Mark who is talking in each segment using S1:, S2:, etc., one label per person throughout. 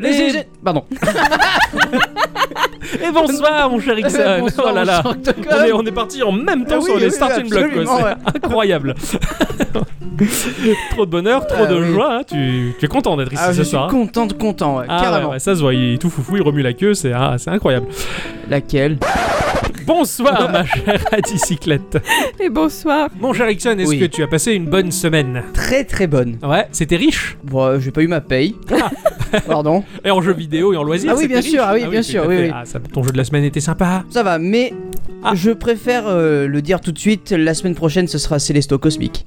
S1: Les
S2: Et-
S1: GG Pardon.
S2: Et bonsoir, mon cher Ixon.
S1: Eh ben, Bonsoir,
S2: oh là là.
S1: bonsoir, Octocom.
S2: On est, on est parti en même temps
S1: Ah oui,
S2: sur les
S1: oui,
S2: starting blocks, quoi.
S1: absolument,
S2: C'est
S1: ouais.
S2: incroyable. trop de bonheur, trop
S1: Ah
S2: de
S1: oui.
S2: joie. hein. Tu, tu es content d'être ici,
S1: Ah, je
S2: c'est
S1: suis
S2: ça hein
S1: content de content, ouais,
S2: Ah, ouais,
S1: carrément.
S2: ouais, ça se voit, il est tout foufou, il remue la queue, c'est ah, c'est incroyable.
S1: Laquelle
S2: Bonsoir, ma chère bicyclette.
S3: Et bonsoir.
S2: Mon cher Ixon, est-ce
S1: Oui.
S2: que tu as passé une bonne semaine
S1: Très très bonne.
S2: Ouais, c'était riche.
S1: Bon, euh, j'ai pas eu ma paye. Pardon.
S2: Et en jeux vidéo et en loisirs.
S1: Ah oui,
S2: c'était
S1: bien
S2: riche.
S1: sûr, ah oui, bien
S2: tout
S1: sûr,
S2: à
S1: oui,
S2: fait.
S1: oui.
S2: Ah, ça- ton jeu de la semaine était sympa.
S1: Ça va, mais
S2: Ah.
S1: je préfère euh, le dire tout de suite. La semaine prochaine, ce sera Célesto Cosmique.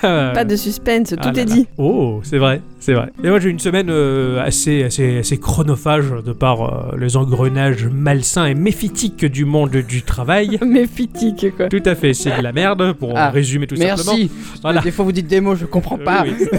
S3: Pas de suspense, tout
S2: Ah là
S3: est
S2: là.
S3: dit.
S2: Oh, c'est vrai, c'est vrai. Et moi j'ai eu une semaine euh, assez, assez, assez chronophage de par euh, les engrenages malsains et méphitiques du monde du travail.
S3: Méphitique, quoi.
S2: Tout à fait, c'est de la merde pour
S1: Ah,
S2: en résumer tout simplement.
S1: Merci.
S2: Voilà.
S1: Des fois, vous dites des mots, je comprends
S2: Euh,
S1: pas.
S2: oui, oui.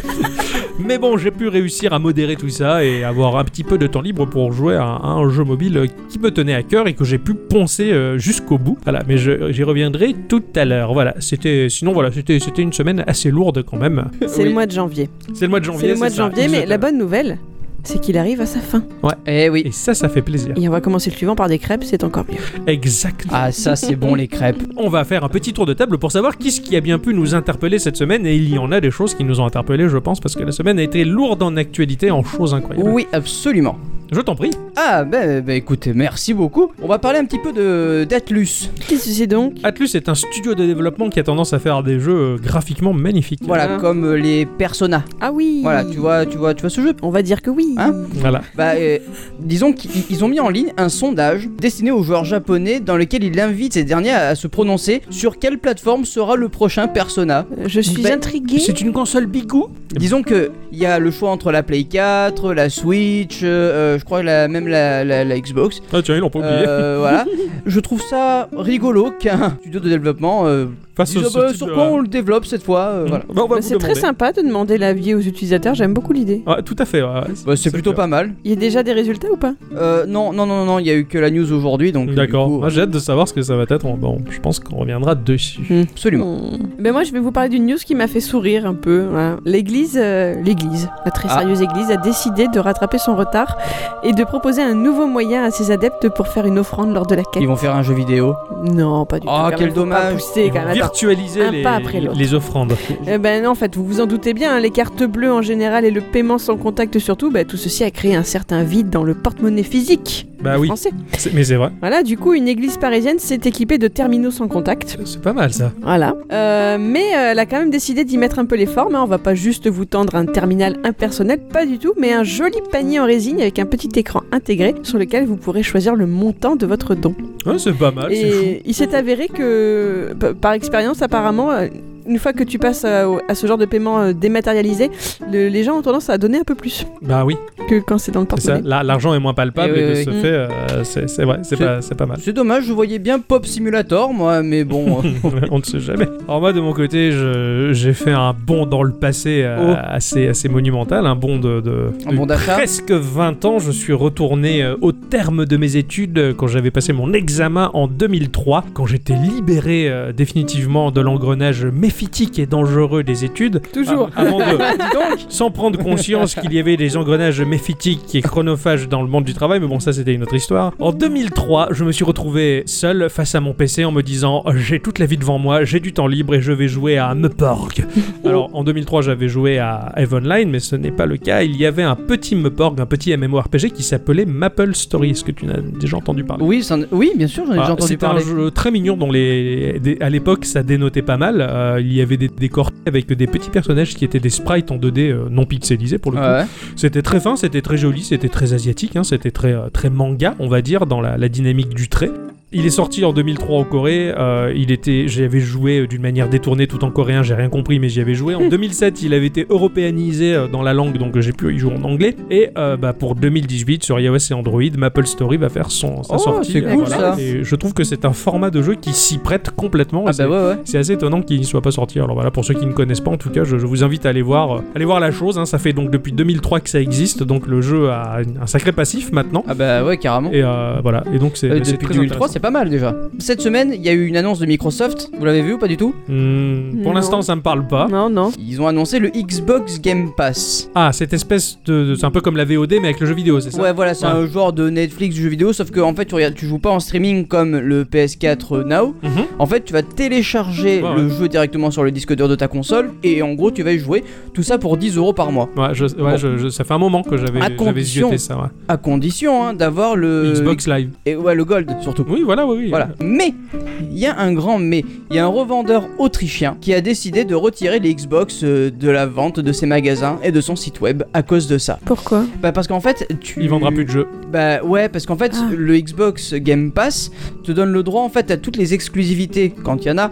S2: Mais bon, j'ai pu réussir à modérer tout ça et avoir un petit peu de temps libre pour jouer à un, à un jeu mobile qui me tenait à cœur et que j'ai pu poncer euh, jusqu'au bout. Voilà, mais je- j'y reviendrai tout à l'heure. Voilà, c'était sinon voilà, c'était c'était une semaine assez lourde quand même.
S3: C'est le mois de janvier.
S2: C'est le mois de janvier.
S3: C'est le mois de
S2: ça,
S3: janvier, mais la
S2: exactement.
S3: bonne nouvelle, c'est qu'il arrive à sa fin.
S1: Eh oui.
S2: Et ça, ça fait plaisir.
S3: Et on va commencer le suivant par des crêpes, c'est encore mieux.
S2: Exact.
S1: Ah, ça, c'est bon, les crêpes.
S2: On va faire un petit tour de table pour savoir qui ce qui a bien pu nous interpeller cette semaine. Et il y en a des choses qui nous ont interpellés, je pense, parce que la semaine a été lourde en actualité, en choses incroyables.
S1: Oui, absolument.
S2: Je t'en prie.
S1: Ah, bah, bah, écoutez, merci beaucoup. On va parler un petit peu de d'Atlus.
S3: Qu'est-ce que c'est donc
S2: Atlus est un studio de développement qui a tendance à faire des jeux euh, graphiquement magnifiques.
S1: Voilà,
S3: Ah.
S1: comme euh, les Persona.
S3: Ah oui
S1: Voilà, tu vois, tu vois, tu vois ce jeu.
S3: On va dire que oui.
S1: Hein
S2: Voilà.
S1: Bah, euh, disons qu'ils ils ont mis en ligne un sondage destiné aux joueurs japonais dans lequel ils invitent ces derniers à, à se prononcer sur quelle plateforme sera le prochain Persona.
S3: Euh, Je suis
S1: Ben,
S3: intriguée.
S2: une console bigou
S1: Disons que il y a le choix entre la Play 4, la Switch, euh, euh, je crois la, même la, la- la Xbox.
S2: Ah tiens, ils l'ont pas oublié.
S1: Euh, voilà. Je trouve ça rigolo qu'un studio de développement euh,
S2: Face
S1: dise
S2: au-
S1: Ah
S2: ce
S1: bah,
S2: type
S1: sur
S2: de-
S1: quoi on le développe cette fois. euh,
S2: Mmh.
S1: voilà.
S2: Bah, on va
S3: Bah,
S2: vous
S3: C'est très
S2: demander.
S3: sympa de demander l'avis aux utilisateurs, j'aime beaucoup l'idée.
S2: Ouais, tout à fait. ouais.
S1: Bah, c'est plutôt pas mal.
S3: Il y a déjà des résultats ou pas
S1: Euh, non, non, non, non, il y a eu que la news aujourd'hui, donc. euh, du
S2: D'accord.
S1: coup,
S2: Moi, j'ai hâte de savoir ce que ça va être. On- bon, je pense qu'on reviendra dessus.
S1: absolument.
S3: Hmm. Ben moi, je vais vous parler d'une news qui m'a fait sourire un peu. voilà. L'église, euh, l'église, la très
S1: Ah.
S3: sérieuse église, a décidé de rattraper son retard et de proposer un nouveau moyen à ses adeptes pour faire une offrande lors de la quête.
S1: Ils vont faire un jeu vidéo.
S3: Non, pas du tout.
S1: Ah,
S3: quand même,
S1: quel
S3: faut pas
S1: dommage.
S3: pousser,
S2: Ils
S3: quand
S2: vont
S3: même, attends.
S2: virtualiser
S3: un
S2: les,
S3: pas après l'autre.
S2: les offrandes.
S3: Eh ben non, en fait, vous vous en doutez bien, hein, les cartes bleues en général et le paiement sans contact surtout, ben, tout ceci a créé un certain vide dans le porte-monnaie physique
S2: Bah
S3: des
S2: oui,
S3: français.
S2: c'est- mais c'est vrai.
S3: Voilà, du coup, une église parisienne s'est équipée de terminaux sans contact.
S2: C'est pas mal ça.
S3: Voilà. Euh, mais euh, elle a quand même décidé d'y mettre un peu les formes. hein. On va pas juste vous tendre un terminal impersonnel, pas du tout, mais un joli panier en résine avec un petit écran intégré sur lequel vous pourrez choisir le montant de votre don.
S2: Ouais, c'est pas mal. Ah, c'est chou.
S3: Et il s'est avéré que, p- par expérience apparemment, euh, une fois que tu passes à, au- à ce genre de paiement euh, dématérialisé, le- les gens ont tendance à donner un peu plus
S2: Bah oui,
S3: que quand c'est dans le
S2: c'est ça.
S3: porte-monnaie.
S2: Là, L'argent est moins palpable
S1: Eh oui,
S2: et de
S1: oui.
S2: ce
S3: Mm.
S2: fait, euh, c'est c'est vrai, c'est
S1: C'est-
S2: pas, c'est pas mal.
S1: C'est dommage, je voyais bien Pop Simulator, moi, mais bon. euh,
S2: On ne sait jamais. Alors moi, de mon côté, je- j'ai fait un bond dans le passé euh,
S1: Oh.
S2: assez, assez monumental, un bond de, de-
S1: Un
S2: de
S1: bond d'achat.
S2: presque 20 ans. Je suis retourné euh, au terme de mes études euh, quand j'avais passé mon examen en 2003, quand j'étais libéré euh, définitivement de l'engrenage méphitique et dangereux des études.
S3: Toujours.
S2: Ah, avant de- sans prendre conscience qu'il y avait des engrenages méphitiques et chronophages dans le monde du travail, mais bon, ça c'était une autre histoire. En 2003, je me suis retrouvé seul face à mon PC en me disant j'ai toute la vie devant moi, j'ai du temps libre et je vais jouer à Meporg. Alors en 2003, j'avais joué à Eve Online, mais ce n'est pas le cas. Il y avait un petit Meporg, un petit MMORPG qui s'appelait Maple Story. Est-ce que tu n'as déjà entendu parler
S1: Oui, c'en- oui, bien sûr, j'en ai
S2: ah,
S1: déjà entendu
S2: C'était
S1: parler.
S2: un jeu très mignon dont les, des- à l'époque ça dénotait pas mal. Euh, il y avait des décors avec des petits personnages qui étaient des sprites en 2D euh, non pixelisés pour le coup.
S1: Ouais. Ah,
S2: C'était très fin, c'était très joli, c'était très asiatique, hein, c'était très, euh, très manga, on va dire, dans la, la dynamique du trait. Il est sorti en 2003 en Corée. euh, il était, j'avais joué euh, d'une manière détournée, tout en coréen. J'ai rien compris, mais j'y avais joué. En 2007, il avait été européanisé euh, dans la langue, donc euh, j'ai pu y jouer en anglais. Et euh, bah, pour 2018 sur iOS et Android, Maple Story va faire son sa
S1: Oh,
S2: sortie.
S1: c'est
S2: euh,
S1: cool,
S2: voilà.
S1: ça.
S2: Et je trouve que c'est un format de jeu qui s'y prête complètement.
S1: Ah
S2: et c'est-
S1: bah ouais, ouais.
S2: c'est assez étonnant qu'il n'y soit pas sorti. Alors voilà, pour ceux qui ne connaissent pas, en tout cas, je, je vous invite à aller voir, euh, aller voir la chose. hein. Ça fait donc depuis 2003 que ça existe, donc le jeu a une- un sacré passif maintenant.
S1: Ah bah ouais, carrément.
S2: Et euh, voilà. Et donc c'est
S1: Euh,
S2: c'est
S1: depuis
S2: très
S1: 2003,
S2: intéressant.
S1: c'est pas mal déjà. Cette semaine, il y a eu une annonce de Microsoft. Vous l'avez vu ou pas du tout
S2: Hmm, pour
S3: Non.
S2: l'instant, ça me parle pas.
S3: Non, non.
S1: Ils ont annoncé le Xbox Game Pass.
S2: Ah, cette espèce de. de- C'est un peu comme la VOD, mais avec le jeu vidéo, c'est ça
S1: Ouais, voilà, c'est
S2: Ouais.
S1: un genre de Netflix du jeu vidéo, sauf que en fait, tu, regardes, tu joues pas en streaming comme le PS4 euh, Now.
S2: Mhm.
S1: En fait, tu vas télécharger
S2: Ouais,
S1: le jeu directement sur le disque dur de ta console et en gros, tu vas y jouer. Tout ça pour 10 euros par mois,
S2: Ouais, je- ouais,
S1: Bon.
S2: je- je- ça fait un moment que j'avais
S1: À
S2: j'avais
S1: condition.
S2: zioté ça. ouais.
S1: à condition hein, d'avoir le
S2: Xbox Live.
S1: et ouais, le Gold surtout.
S2: Oui, voilà, oui, oui.
S1: Voilà. Mais il y a un grand mais. Il y a un revendeur autrichien qui a décidé de retirer les Xbox euh, de la vente de ses magasins et de son site web à cause de ça.
S3: Pourquoi
S1: Bah parce qu'en fait, tu
S2: Il vendra plus de jeux.
S1: Bah ouais, parce qu'en fait,
S3: Ah.
S1: le Xbox Game Pass te donne le droit en fait à toutes les exclusivités, quand il y en a,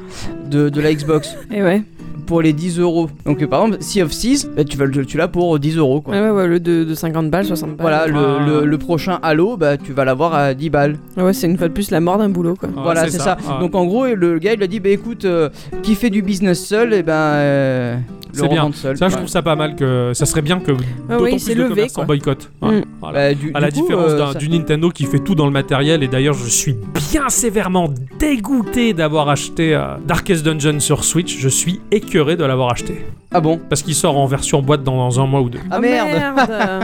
S1: de, de la Xbox
S3: Eh ouais.
S1: pour les 10 euros. Donc euh, par exemple, Sea of Thieves, bah, tu vas le tu l'as pour 10 euros quoi.
S3: Ah Ouais, ouais, ouais, le de, de 50 balles, 60 balles.
S1: Voilà, le,
S2: Ah.
S1: le- le prochain Halo, bah tu vas l'avoir à 10 balles.
S3: Ah Ouais, c'est une fois de plus la mort d'un boulot, quoi.
S2: Ah,
S1: voilà, c'est ça.
S2: Ah.
S1: Donc en gros, le gars il a dit bah écoute, euh, qui fait du business seul, et ben euh, le
S2: C'est bien.
S1: revendre seul.
S2: ça, je
S1: Ouais.
S2: trouve ça pas mal. Que ça serait bien que
S3: Ah
S2: d'autant
S3: oui,
S2: plus
S3: c'est
S2: de
S3: levé,
S2: commerçants
S3: quoi.
S2: boycottent.
S3: Mm.
S2: Ouais, voilà.
S1: Bah, du-
S2: À la
S1: du coup,
S2: différence
S1: euh,
S2: d'un-
S1: ça-
S2: du Nintendo qui fait tout dans le matériel, et d'ailleurs je suis bien sévèrement dégoûté d'avoir acheté euh, Darkest Dungeon sur Switch, je suis écœuré de l'avoir acheté.
S1: Ah bon
S2: Parce qu'il sort en version boîte dans, dans un mois ou deux.
S3: Oh,
S1: Ah merde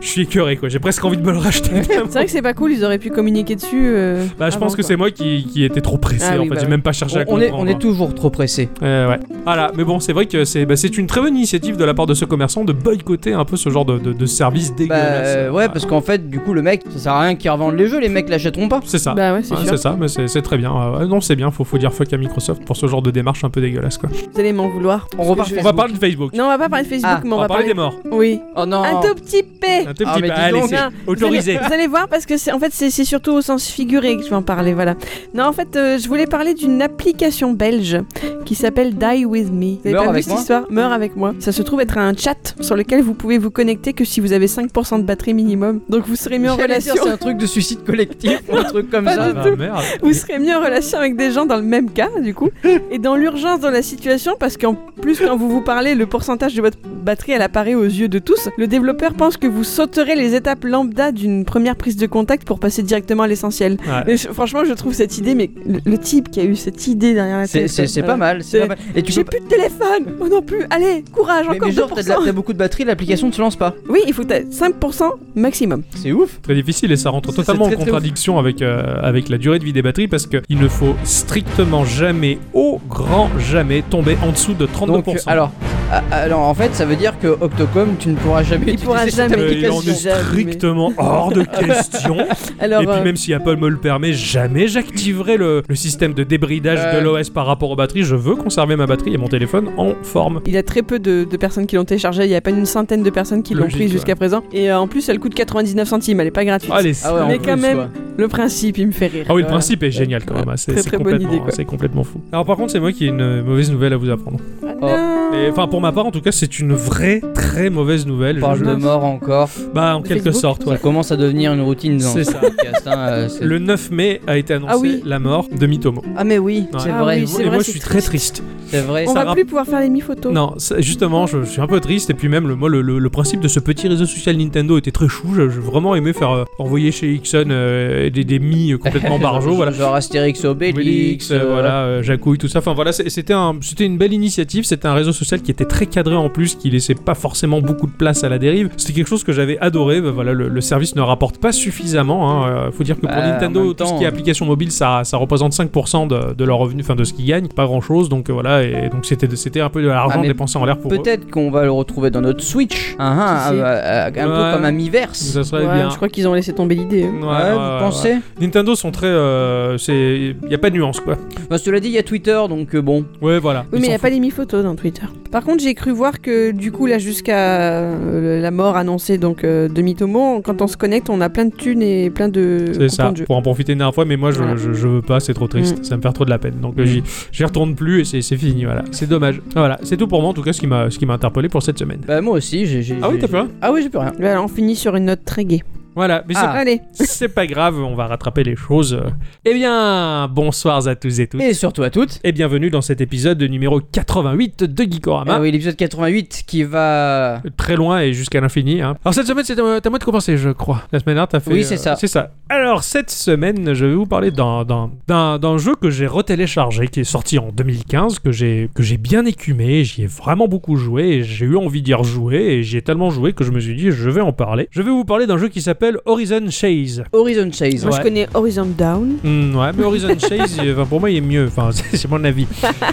S2: Je suis écœuré quoi, j'ai presque envie de me le racheter.
S3: C'est vrai que c'est pas cool, ils auraient pu communiquer dessus. euh,
S2: Bah, je
S1: Ah
S3: avant,
S2: pense que
S3: quoi.
S2: c'est moi qui, qui étais trop pressé
S3: Ah
S2: en
S3: oui,
S2: fait,
S3: bah
S2: j'ai
S3: oui.
S2: même pas cherché à
S1: on, on est,
S2: comprendre.
S1: on est toujours trop pressé.
S2: Euh, ouais. Voilà, mais bon, c'est vrai que c'est bah, c'est une très bonne initiative de la part de ce commerçant de boycotter un peu ce genre de, de- de service
S1: Bah
S2: dégueulasse.
S1: euh, ouais, parce qu'en fait, du coup, le mec, ça sert à rien qu'il revende les jeux, les mecs l'achèteront pas.
S2: C'est ça.
S3: Bah ouais, c'est
S2: Ouais,
S3: sûr.
S2: c'est ça, mais c'est c'est très bien. Ouais, ouais, non, c'est bien, faut, faut dire fuck à Microsoft pour ce genre de démarche un peu dégueulasse quoi.
S3: Vous allez m'en vouloir.
S1: On repart
S2: On
S1: Facebook.
S2: va parler de Facebook.
S3: Non, on va pas parler de Facebook,
S1: Ah,
S3: mais on,
S2: on va parler
S3: parler.
S2: des morts.
S3: Oui.
S1: Oh non.
S3: Un tout petit P.
S2: Un tout
S1: Ah,
S2: petit
S1: mais
S2: peu.
S1: dis
S2: Allez,
S1: donc,
S2: c'est
S3: hein.
S2: autorisé.
S3: Vous allez voir parce que c'est en fait c'est c'est surtout au sens figuré que je vais en parler voilà. Non en fait euh, je voulais parler d'une application belge qui s'appelle Die with me. Vous avez
S1: Meurs
S3: pas vu
S1: avec
S3: cette
S1: moi
S3: histoire Meurs avec moi. Ça se trouve être un chat sur lequel vous pouvez vous connecter que si vous avez 5% de batterie minimum. Donc vous serez mieux en
S1: J'allais dire,
S3: relation.
S1: C'est un truc de suicide collectif ou un truc comme
S3: Pas
S1: ça.
S3: du
S2: Ah,
S3: tout.
S2: merde.
S3: Vous serez mieux en relation avec des gens dans le même cas, du coup, et dans l'urgence dans la situation, parce qu'en plus, quand vous vous parlez, le pourcentage de votre batterie, elle apparaît aux yeux de tous. Le développeur pense que vous sauterez les étapes lambda d'une première prise de contact pour passer directement à l'essentiel.
S2: Ouais.
S3: Mais je- franchement, je trouve cette idée, mais le, le type qui a eu cette idée derrière la
S1: C'est
S3: tête.
S1: c'est- c'est
S3: voilà.
S1: pas mal, c'est
S3: C'est-
S1: pas mal. Et tu peux
S3: J'ai
S1: pas-
S3: plus de téléphone Moi non plus Allez, courage,
S1: Mais,
S3: encore
S1: mais genre, t'as de la-
S3: 2%
S1: t'as beaucoup de batterie, l'application ne se lance pas.
S3: Oui, il faut que t'aies 5% maximum.
S1: C'est ouf.
S2: Très difficile et ça rentre
S1: C'est-
S2: totalement
S1: c'est
S2: en
S1: très, très
S2: contradiction avec, euh, avec la durée de vie des batteries parce qu'il ne faut strictement jamais, au grand jamais, tomber en dessous de 32%.
S1: Donc, euh, alors, ah, alors, en fait, ça veut dire que Octocom, tu ne pourras jamais
S3: Il
S1: utiliser
S3: pourra
S1: cette
S3: jamais.
S2: Euh, il en est
S1: application.
S3: Jamais.
S2: strictement hors de question.
S3: Alors,
S2: et
S3: euh,
S2: puis même si Apple me le permet, jamais j'activerai le, le système de débridage
S1: Euh.
S2: de l'OS par rapport aux batteries. Je veux conserver ma batterie et mon téléphone en forme.
S3: Il y a très peu de, de personnes qui l'ont téléchargé, il y a à peine une centaine de personnes qui l'ont
S2: Logique,
S3: prise jusqu'à présent. Et euh, en plus, elle coûte 99 centimes, elle est pas gratuite.
S2: Allez,
S1: Ah ouais, en
S3: Mais
S1: plus,
S3: quand même,
S1: quoi.
S3: Le principe, il me fait rire.
S2: Ah oui, le
S3: Voilà.
S2: principe est génial quand même. hein. C'est
S3: Très,
S2: c'est
S3: très bonne
S2: complètement,
S3: idée, quoi.
S2: c'est complètement fou. Alors par contre, c'est moi qui ai une mauvaise nouvelle à vous apprendre.
S3: Ah non.
S2: Oh. Et, Enfin, pour ma part, en tout cas, c'est une vraie, très mauvaise nouvelle.
S1: On
S2: Je-
S1: parle
S2: je-
S1: de mort encore.
S2: Bah, en
S3: De
S2: quelque
S3: Facebook.
S2: sorte,
S1: Ça
S2: ouais.
S1: commence à devenir une routine dans
S2: C'est
S1: ce
S2: ça.
S1: podcast, hein, euh, c'est-
S2: Le 9 mai a été annoncée
S3: Ah oui.
S2: la mort de Mitomo.
S1: Ah, mais oui,
S2: Ouais.
S1: c'est
S3: Ah
S1: vrai.
S3: oui,
S2: et
S3: c'est
S2: moi,
S3: vrai,
S2: je suis
S3: c'est
S2: très
S3: triste.
S2: triste.
S1: C'est vrai.
S3: On
S2: ça
S3: va
S2: rapp-
S3: plus pouvoir faire les mi-photos.
S2: Non, c'est- justement, je, je suis un peu triste. Et puis même, le, moi, le, le- le principe de ce petit réseau social Nintendo était très chou. J'ai vraiment aimé faire euh, envoyer chez Ixon euh, des, des mi euh, complètement barjots. voilà.
S1: Genre Astérix, Obélix.
S2: Obélix, euh,
S1: euh,
S2: voilà, euh, Jacouille, tout ça. Enfin voilà, c'est- c'était un, c'était une belle initiative. C'était un réseau social qui était très cadré en plus, qui laissait pas forcément beaucoup de place à la dérive. C'était quelque chose que j'avais adoré. Bah, voilà, le, le service ne rapporte pas suffisamment. hein. Euh, faut dire que pour
S1: Bah, en
S2: Nintendo,
S1: même
S2: tout ce
S1: temps,
S2: qui est
S1: euh,
S2: application mobile, ça, ça représente 5% de, de leur revenu, enfin de ce qu'ils gagnent, pas grand chose. Donc euh, voilà, et donc c'était, c'était un peu de l'argent
S1: Ah, mais
S2: dépensé en l'air pour eux.
S1: Peut-être qu'on va le retrouver dans notre Switch. Ah, ah,
S3: Qui sait
S1: ah, ah, un
S2: Ouais.
S1: peu comme un Miiverse.
S2: Ça serait
S3: Ouais,
S2: bien. Mm.
S3: Je crois qu'ils ont laissé tomber l'idée. hein.
S2: Ouais,
S1: Ouais,
S2: ouais,
S1: vous
S2: ouais,
S1: pensez
S2: ouais. Nintendo sont très, euh, c'est, y a pas de nuance quoi.
S1: Bah, cela dit, il y a Twitter, donc euh, bon.
S2: Ouais, voilà.
S3: Oui,
S2: Ils
S3: mais il
S2: s'en
S3: n'y a pas les mi-photos dans Twitter. Par contre, j'ai cru voir que du coup, là, jusqu'à euh, la mort annoncée donc euh, de Mitomo, quand on se connecte, on a plein de thunes et plein de
S2: C'est
S3: coupons
S2: ça,
S3: de jeux.
S2: pour en profiter une dernière fois, mais moi je,
S3: Voilà.
S2: je, je veux pas, c'est trop triste, ça me fait trop de la peine. Donc euh, j'y- j'y retourne plus et c'est c'est fini, voilà. C'est dommage. Ah, Voilà, c'est tout pour moi en tout cas ce qui m'a ce qui m'a interpellé pour cette semaine.
S1: Bah, moi aussi, j'ai. j'ai-
S2: Ah oui,
S1: j'ai-
S2: t'as plus rien
S1: Ah oui, j'ai plus rien.
S3: Voilà, on finit sur une note très gaie.
S2: Ouais, Voilà, mais c'est-
S1: Ah.
S3: Allez,
S2: c'est pas grave, on va rattraper les choses. Eh bien, bonsoir à tous et toutes.
S1: Et surtout à toutes.
S2: Et bienvenue dans cet épisode numéro 88 de Geekorama.
S1: Ah oui, l'épisode 88 qui va.
S2: Très loin et jusqu'à l'infini. hein. Alors cette semaine, c'est à à moi de commencer, je crois. La semaine dernière, t'as fait. euh,
S1: Oui, c'est ça.
S2: C'est ça. Alors cette semaine, je vais vous parler d'un- d'un d'un- d'un jeu que j'ai retéléchargé, qui est sorti en 2015, que j'ai que j'ai bien écumé. J'y ai vraiment beaucoup joué. et J'ai eu envie d'y rejouer et j'y ai tellement joué que je me suis dit, je vais en parler. Je vais vous parler d'un jeu qui s'appelle Horizon Chase.
S1: Horizon Chase.
S3: moi je
S2: Ouais.
S3: connais Horizon Down.
S2: Hmm, ouais, mais Horizon Chase, euh, enfin, pour moi, il est mieux. Enfin, c'est c'est mon avis.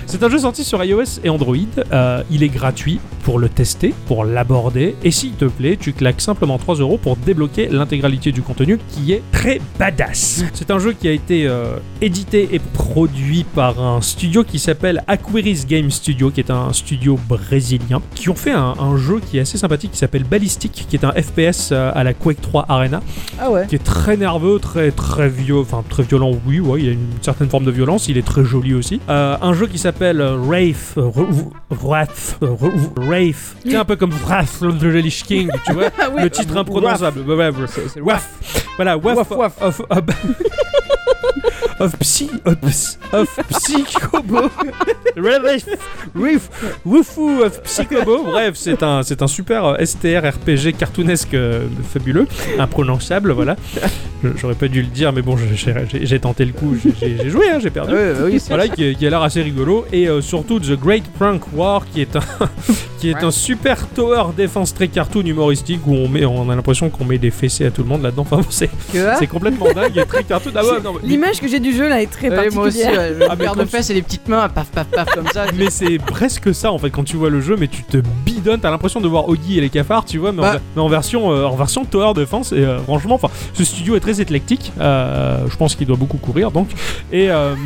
S2: C'est un jeu sorti sur iOS et Android. Euh, il est gratuit pour le tester, pour l'aborder. Et s'il te plaît, tu claques simplement 3 euros pour débloquer l'intégralité du contenu qui est très badass. C'est un jeu qui a été euh, édité et produit par un studio qui s'appelle Aquiris Game Studio, qui est un studio brésilien, qui ont fait un, un jeu qui est assez sympathique qui s'appelle Ballistic, qui est un FPS euh, à la Quake 3 Arena
S1: Ah ouais.
S2: qui est très nerveux, très très vieux, enfin très violent, oui, ouais, il a une certaine forme de violence, il est très joli aussi. Euh, un jeu qui s'appelle euh, Wraith, euh, Wr- Wraith, euh, Wr- Wraith, c'est un peu comme Wrath de Relish King, tu vois,
S1: Ah oui.
S2: le titre imprononçable, Ouais, ouais, ouais.
S1: C'est- c'est-
S2: Waf, voilà, Waf,
S1: Waf, waf.
S2: of, of, of psy, of, ps- of psychobo, Wraith, Wraith, Wufu of euh, psychobo, bref, c'est un, c'est un super euh, STR RPG cartoonesque euh, fabuleux imprononçable, voilà. Je- J'aurais pas dû le dire, mais bon, je- j'ai j'ai- j'ai tenté le coup, j'ai- j'ai j'ai joué, hein, j'ai perdu.
S1: Ouais, Ah oui, c'est-
S2: Voilà, qui, est- qui a l'air assez rigolo. Et euh, surtout, The Great Prank War, qui est un, qui est un super tower défense très cartoon humoristique où on, met, on a l'impression qu'on met des fessées à tout le monde là-dedans. Enfin, bon, c'est
S1: Que-
S2: c'est complètement dingue et très cartoon. Ah ouais, non, mais-
S3: L'image que j'ai du jeu là est très
S1: Ouais, moi aussi,
S3: particulière.
S1: ouais, je
S2: Ah, mais
S1: perds de
S2: comme-
S1: fesses et des petites mains, paf paf paf comme ça.
S2: mais c'est presque ça en fait quand tu vois le jeu mais tu te bidonnes t'as l'impression de voir Oggy et les cafards tu vois mais, en,
S1: Bah.
S2: mais en version euh, en version Tower Defense et euh, franchement enfin ce studio est très éclectique euh, je pense qu'il doit beaucoup courir donc et euh,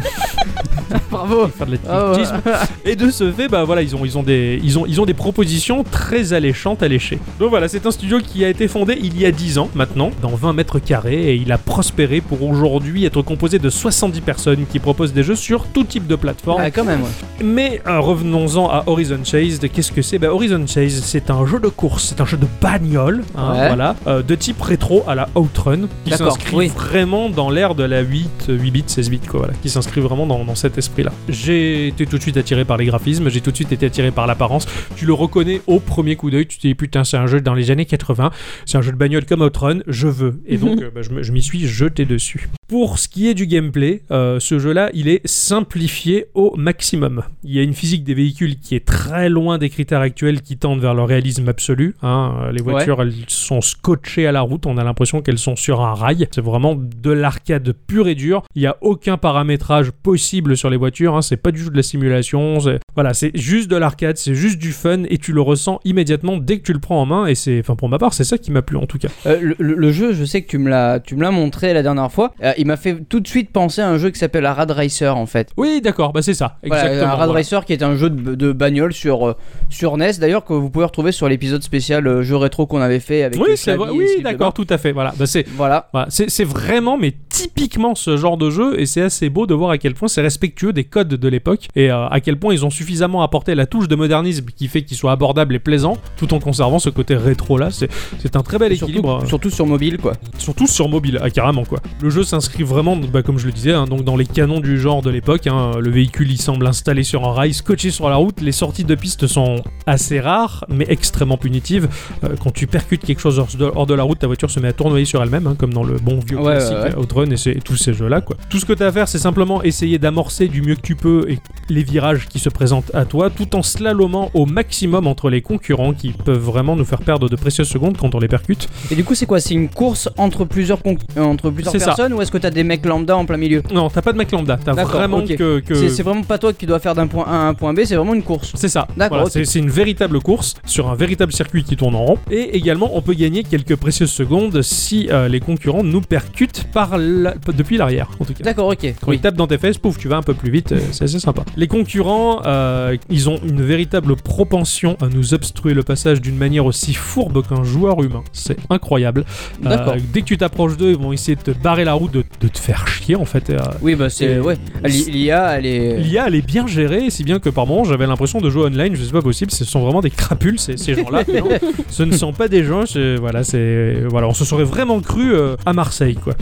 S1: Bravo.
S2: faire de
S1: Ah ouais.
S2: l'athlétisme et de ce fait, bah voilà, ils ont, ils ont, des, ils ont, ils ont des propositions très alléchantes à lécher. Donc voilà, c'est un studio qui a été fondé il y a 10 ans maintenant, dans 20 mètres carrés, et il a prospéré pour aujourd'hui être composé de 70 personnes qui proposent des jeux sur tout type de plateforme.
S1: Ah, quand même. ouais.
S2: Mais euh, revenons-en à Horizon Chase. De- Qu'est-ce que c'est bah, Horizon Chase, c'est un jeu de course, c'est un jeu de bagnole, hein,
S1: Ouais.
S2: voilà, euh, de type rétro à la Outrun, qui
S1: D'accord,
S2: s'inscrit
S1: oui.
S2: vraiment dans l'ère de la 8, euh, 8 bits, 16 bits, quoi, voilà, qui s'inscrit vraiment dans, dans cet esprit-là. J'ai été tout de suite attiré par les graphismes, j'ai tout de suite été attiré par l'apparence. Tu le reconnais au premier coup d'œil, tu te dis putain, c'est un jeu dans les années 80, c'est un jeu de bagnole comme Outrun, je veux. Et donc, euh, bah, je me- je m'y suis jeté dessus. Pour ce qui est du gameplay, euh, ce jeu-là, il est simplifié au maximum. Il y a une physique des véhicules qui est très loin des critères actuels qui tendent vers le réalisme absolu. hein. Euh, Les voitures, elles sont scotchées à la route, on a l'impression qu'elles sont sur un rail. C'est vraiment de l'arcade pure et dure. Il n'y a aucun paramétrage possible sur les voitures, hein. c'est pas du tout de la simulation. c'est- Voilà, c'est juste de l'arcade, c'est juste du fun et tu le ressens immédiatement dès que tu le prends en main. Et c'est, enfin pour ma part, c'est ça qui m'a plu en tout cas.
S1: Euh, le, le- le jeu, je sais que tu me l'as, tu me l'as montré la dernière fois. Euh, il m'a fait tout de suite penser à un jeu qui s'appelle Rad Racer en fait.
S2: Oui, d'accord, bah c'est ça.
S1: Voilà,
S2: Exactement.
S1: un Rad
S2: voilà.
S1: Racer qui est un jeu de, de bagnole sur, euh, sur NES d'ailleurs que vous pouvez retrouver sur l'épisode spécial euh, jeu rétro qu'on avait fait avec.
S2: Oui,
S1: euh,
S2: c'est
S1: Xavi
S2: vrai.
S1: et
S2: Oui,
S1: Steve
S2: d'accord, tout à fait. Voilà, Bah, c'est
S1: Debar. Voilà.
S2: voilà. c'est c'est vraiment, mais typiquement ce genre de jeu, et c'est assez beau de voir à quel point c'est respectueux des codes de l'époque, et euh, à quel point ils ont suffisamment apporté la touche de modernisme qui fait qu'il soit abordable et plaisant, tout en conservant ce côté rétro là. C'est c'est un très bel
S1: Et Surtout,
S2: équilibre. euh,
S1: surtout sur mobile quoi.
S2: Ils sont tous sur mobile, ah, carrément quoi. Le jeu s'inscrit vraiment, bah, comme je le disais, hein, donc dans les canons du genre de l'époque. hein. le véhicule il semble installé sur un rail, scotché sur la route. Les sorties de piste sont assez rares, mais extrêmement punitives. Euh, quand tu percutes quelque chose hors de, hors de la route, ta voiture se met à tournoyer sur elle-même, hein, comme dans le bon vieux
S1: Ouais,
S2: classique hein,
S1: ouais, ouais.
S2: Outrun et, c'est- et tous ces jeux-là quoi. Tout ce que tu as à faire, c'est simplement essayer d'amorcer du mieux que tu peux et les virages qui se présentent à toi, tout en slalomant au maximum entre les concurrents qui peuvent vraiment nous faire perdre de précieuses secondes quand on les percute.
S1: Et du coup c'est quoi C'est une course entre plusieurs con- euh, entre plusieurs
S2: C'est ça.
S1: personnes ou est-ce que t'as des mecs lambda en plein milieu
S2: Non, t'as pas de mec lambda, t'as
S1: D'accord,
S2: vraiment
S1: ok.
S2: que. que-
S1: C'est c'est vraiment pas toi qui dois faire d'un point A à un point B, c'est vraiment une course.
S2: C'est ça.
S1: D'accord,
S2: Voilà,
S1: ok.
S2: c'est- C'est une véritable course sur un véritable circuit qui tourne en rond. Et également, on peut gagner quelques précieuses secondes si euh, les concurrents nous percutent par la- depuis l'arrière, en tout cas.
S1: D'accord, ok.
S2: Quand
S1: Oui.
S2: il tape dans tes fesses, pouf, tu vas un peu plus vite, euh, c'est assez sympa. Les concurrents, euh, ils ont une véritable propension à nous obstruer le passage d'une manière aussi fourbe qu'un joueur humain. C'est incroyable. Euh,
S1: D'accord.
S2: dès que tu t'approches d'eux, ils vont essayer de te barrer la route, de, de te faire chier en fait. et, euh,
S1: Oui, bah c'est.
S2: Et-
S1: Ouais. L- L'IA, elle est.
S2: L'IA, elle est bien gérée, si bien que par moments, j'avais l'impression de jouer online, je sais pas possible, ce sont vraiment des crapules, ces, ces gens-là. mais non, ce ne sont pas des gens, c'est- voilà, c'est, voilà, on se serait vraiment cru euh, à Marseille, quoi.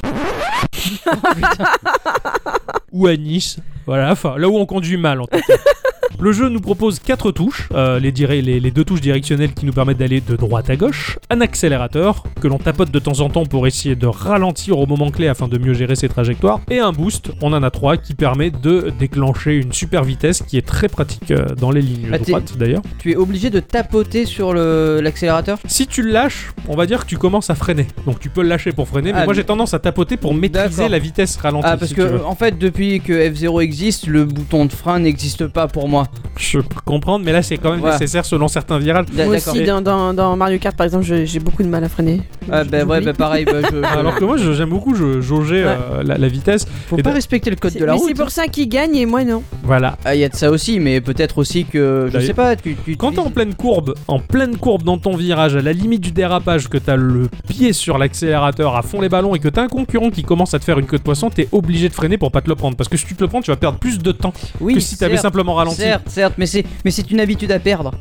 S2: Ou à Nice, voilà, enfin, là où on conduit mal, en tout cas. Le jeu nous propose quatre touches, euh, les, dire- les- les deux touches directionnelles qui nous permettent d'aller de droite à gauche, un accélérateur que l'on tapote de temps en temps pour essayer de ralentir au moment clé afin de mieux gérer ses trajectoires, et un boost, on en a trois, qui permet de déclencher une super vitesse qui est très pratique euh, dans les lignes
S1: Ah, t'es-
S2: droites d'ailleurs.
S1: Tu es obligé de tapoter sur le- l'accélérateur
S2: Si tu le lâches, on va dire que tu commences à freiner. Donc tu peux le lâcher pour freiner, mais
S1: Ah,
S2: moi
S1: mais-
S2: j'ai tendance à tapoter pour maîtriser
S1: D'accord.
S2: la vitesse ralentie.
S1: Ah, parce
S2: si tu
S1: que
S2: veux.
S1: en fait, depuis que F0 existe, le bouton de frein n'existe pas pour moi.
S2: je peux comprendre, mais là c'est quand même
S1: Voilà.
S2: nécessaire selon certains virages.
S1: D-
S3: Moi
S1: D'accord.
S3: aussi, dans, dans- dans Mario Kart, par exemple, je- j'ai beaucoup de mal à freiner.
S1: Ah, bah ouais,
S3: J'oublie.
S1: bah pareil. Bah, je, je-
S2: Alors que moi je- j'aime beaucoup je- jauger
S3: Ouais.
S2: euh, la- la vitesse.
S1: Faut
S2: et
S1: pas
S2: de-
S1: respecter le code
S3: C'est-
S1: de la
S3: mais
S1: route. hein.
S3: c'est pour ça qu'il gagne et moi non.
S2: Voilà.
S1: Ah, il y a de ça aussi, mais peut-être aussi que. Je
S2: D'ailleurs-
S1: sais pas, tu. tu
S2: Quand t'es en pleine courbe, en pleine courbe dans ton virage, à la limite du dérapage, que t'as le pied sur l'accélérateur à fond les ballons et que t'as un concurrent qui commence à te faire une queue de poisson, t'es obligé de freiner pour pas te le prendre. Parce que si tu te le prends, tu vas perdre plus de temps
S1: oui,
S2: que si t'avais
S1: certes,
S2: simplement ralenti.
S1: Certes, certes, mais c'est, mais c'est une habitude à perdre.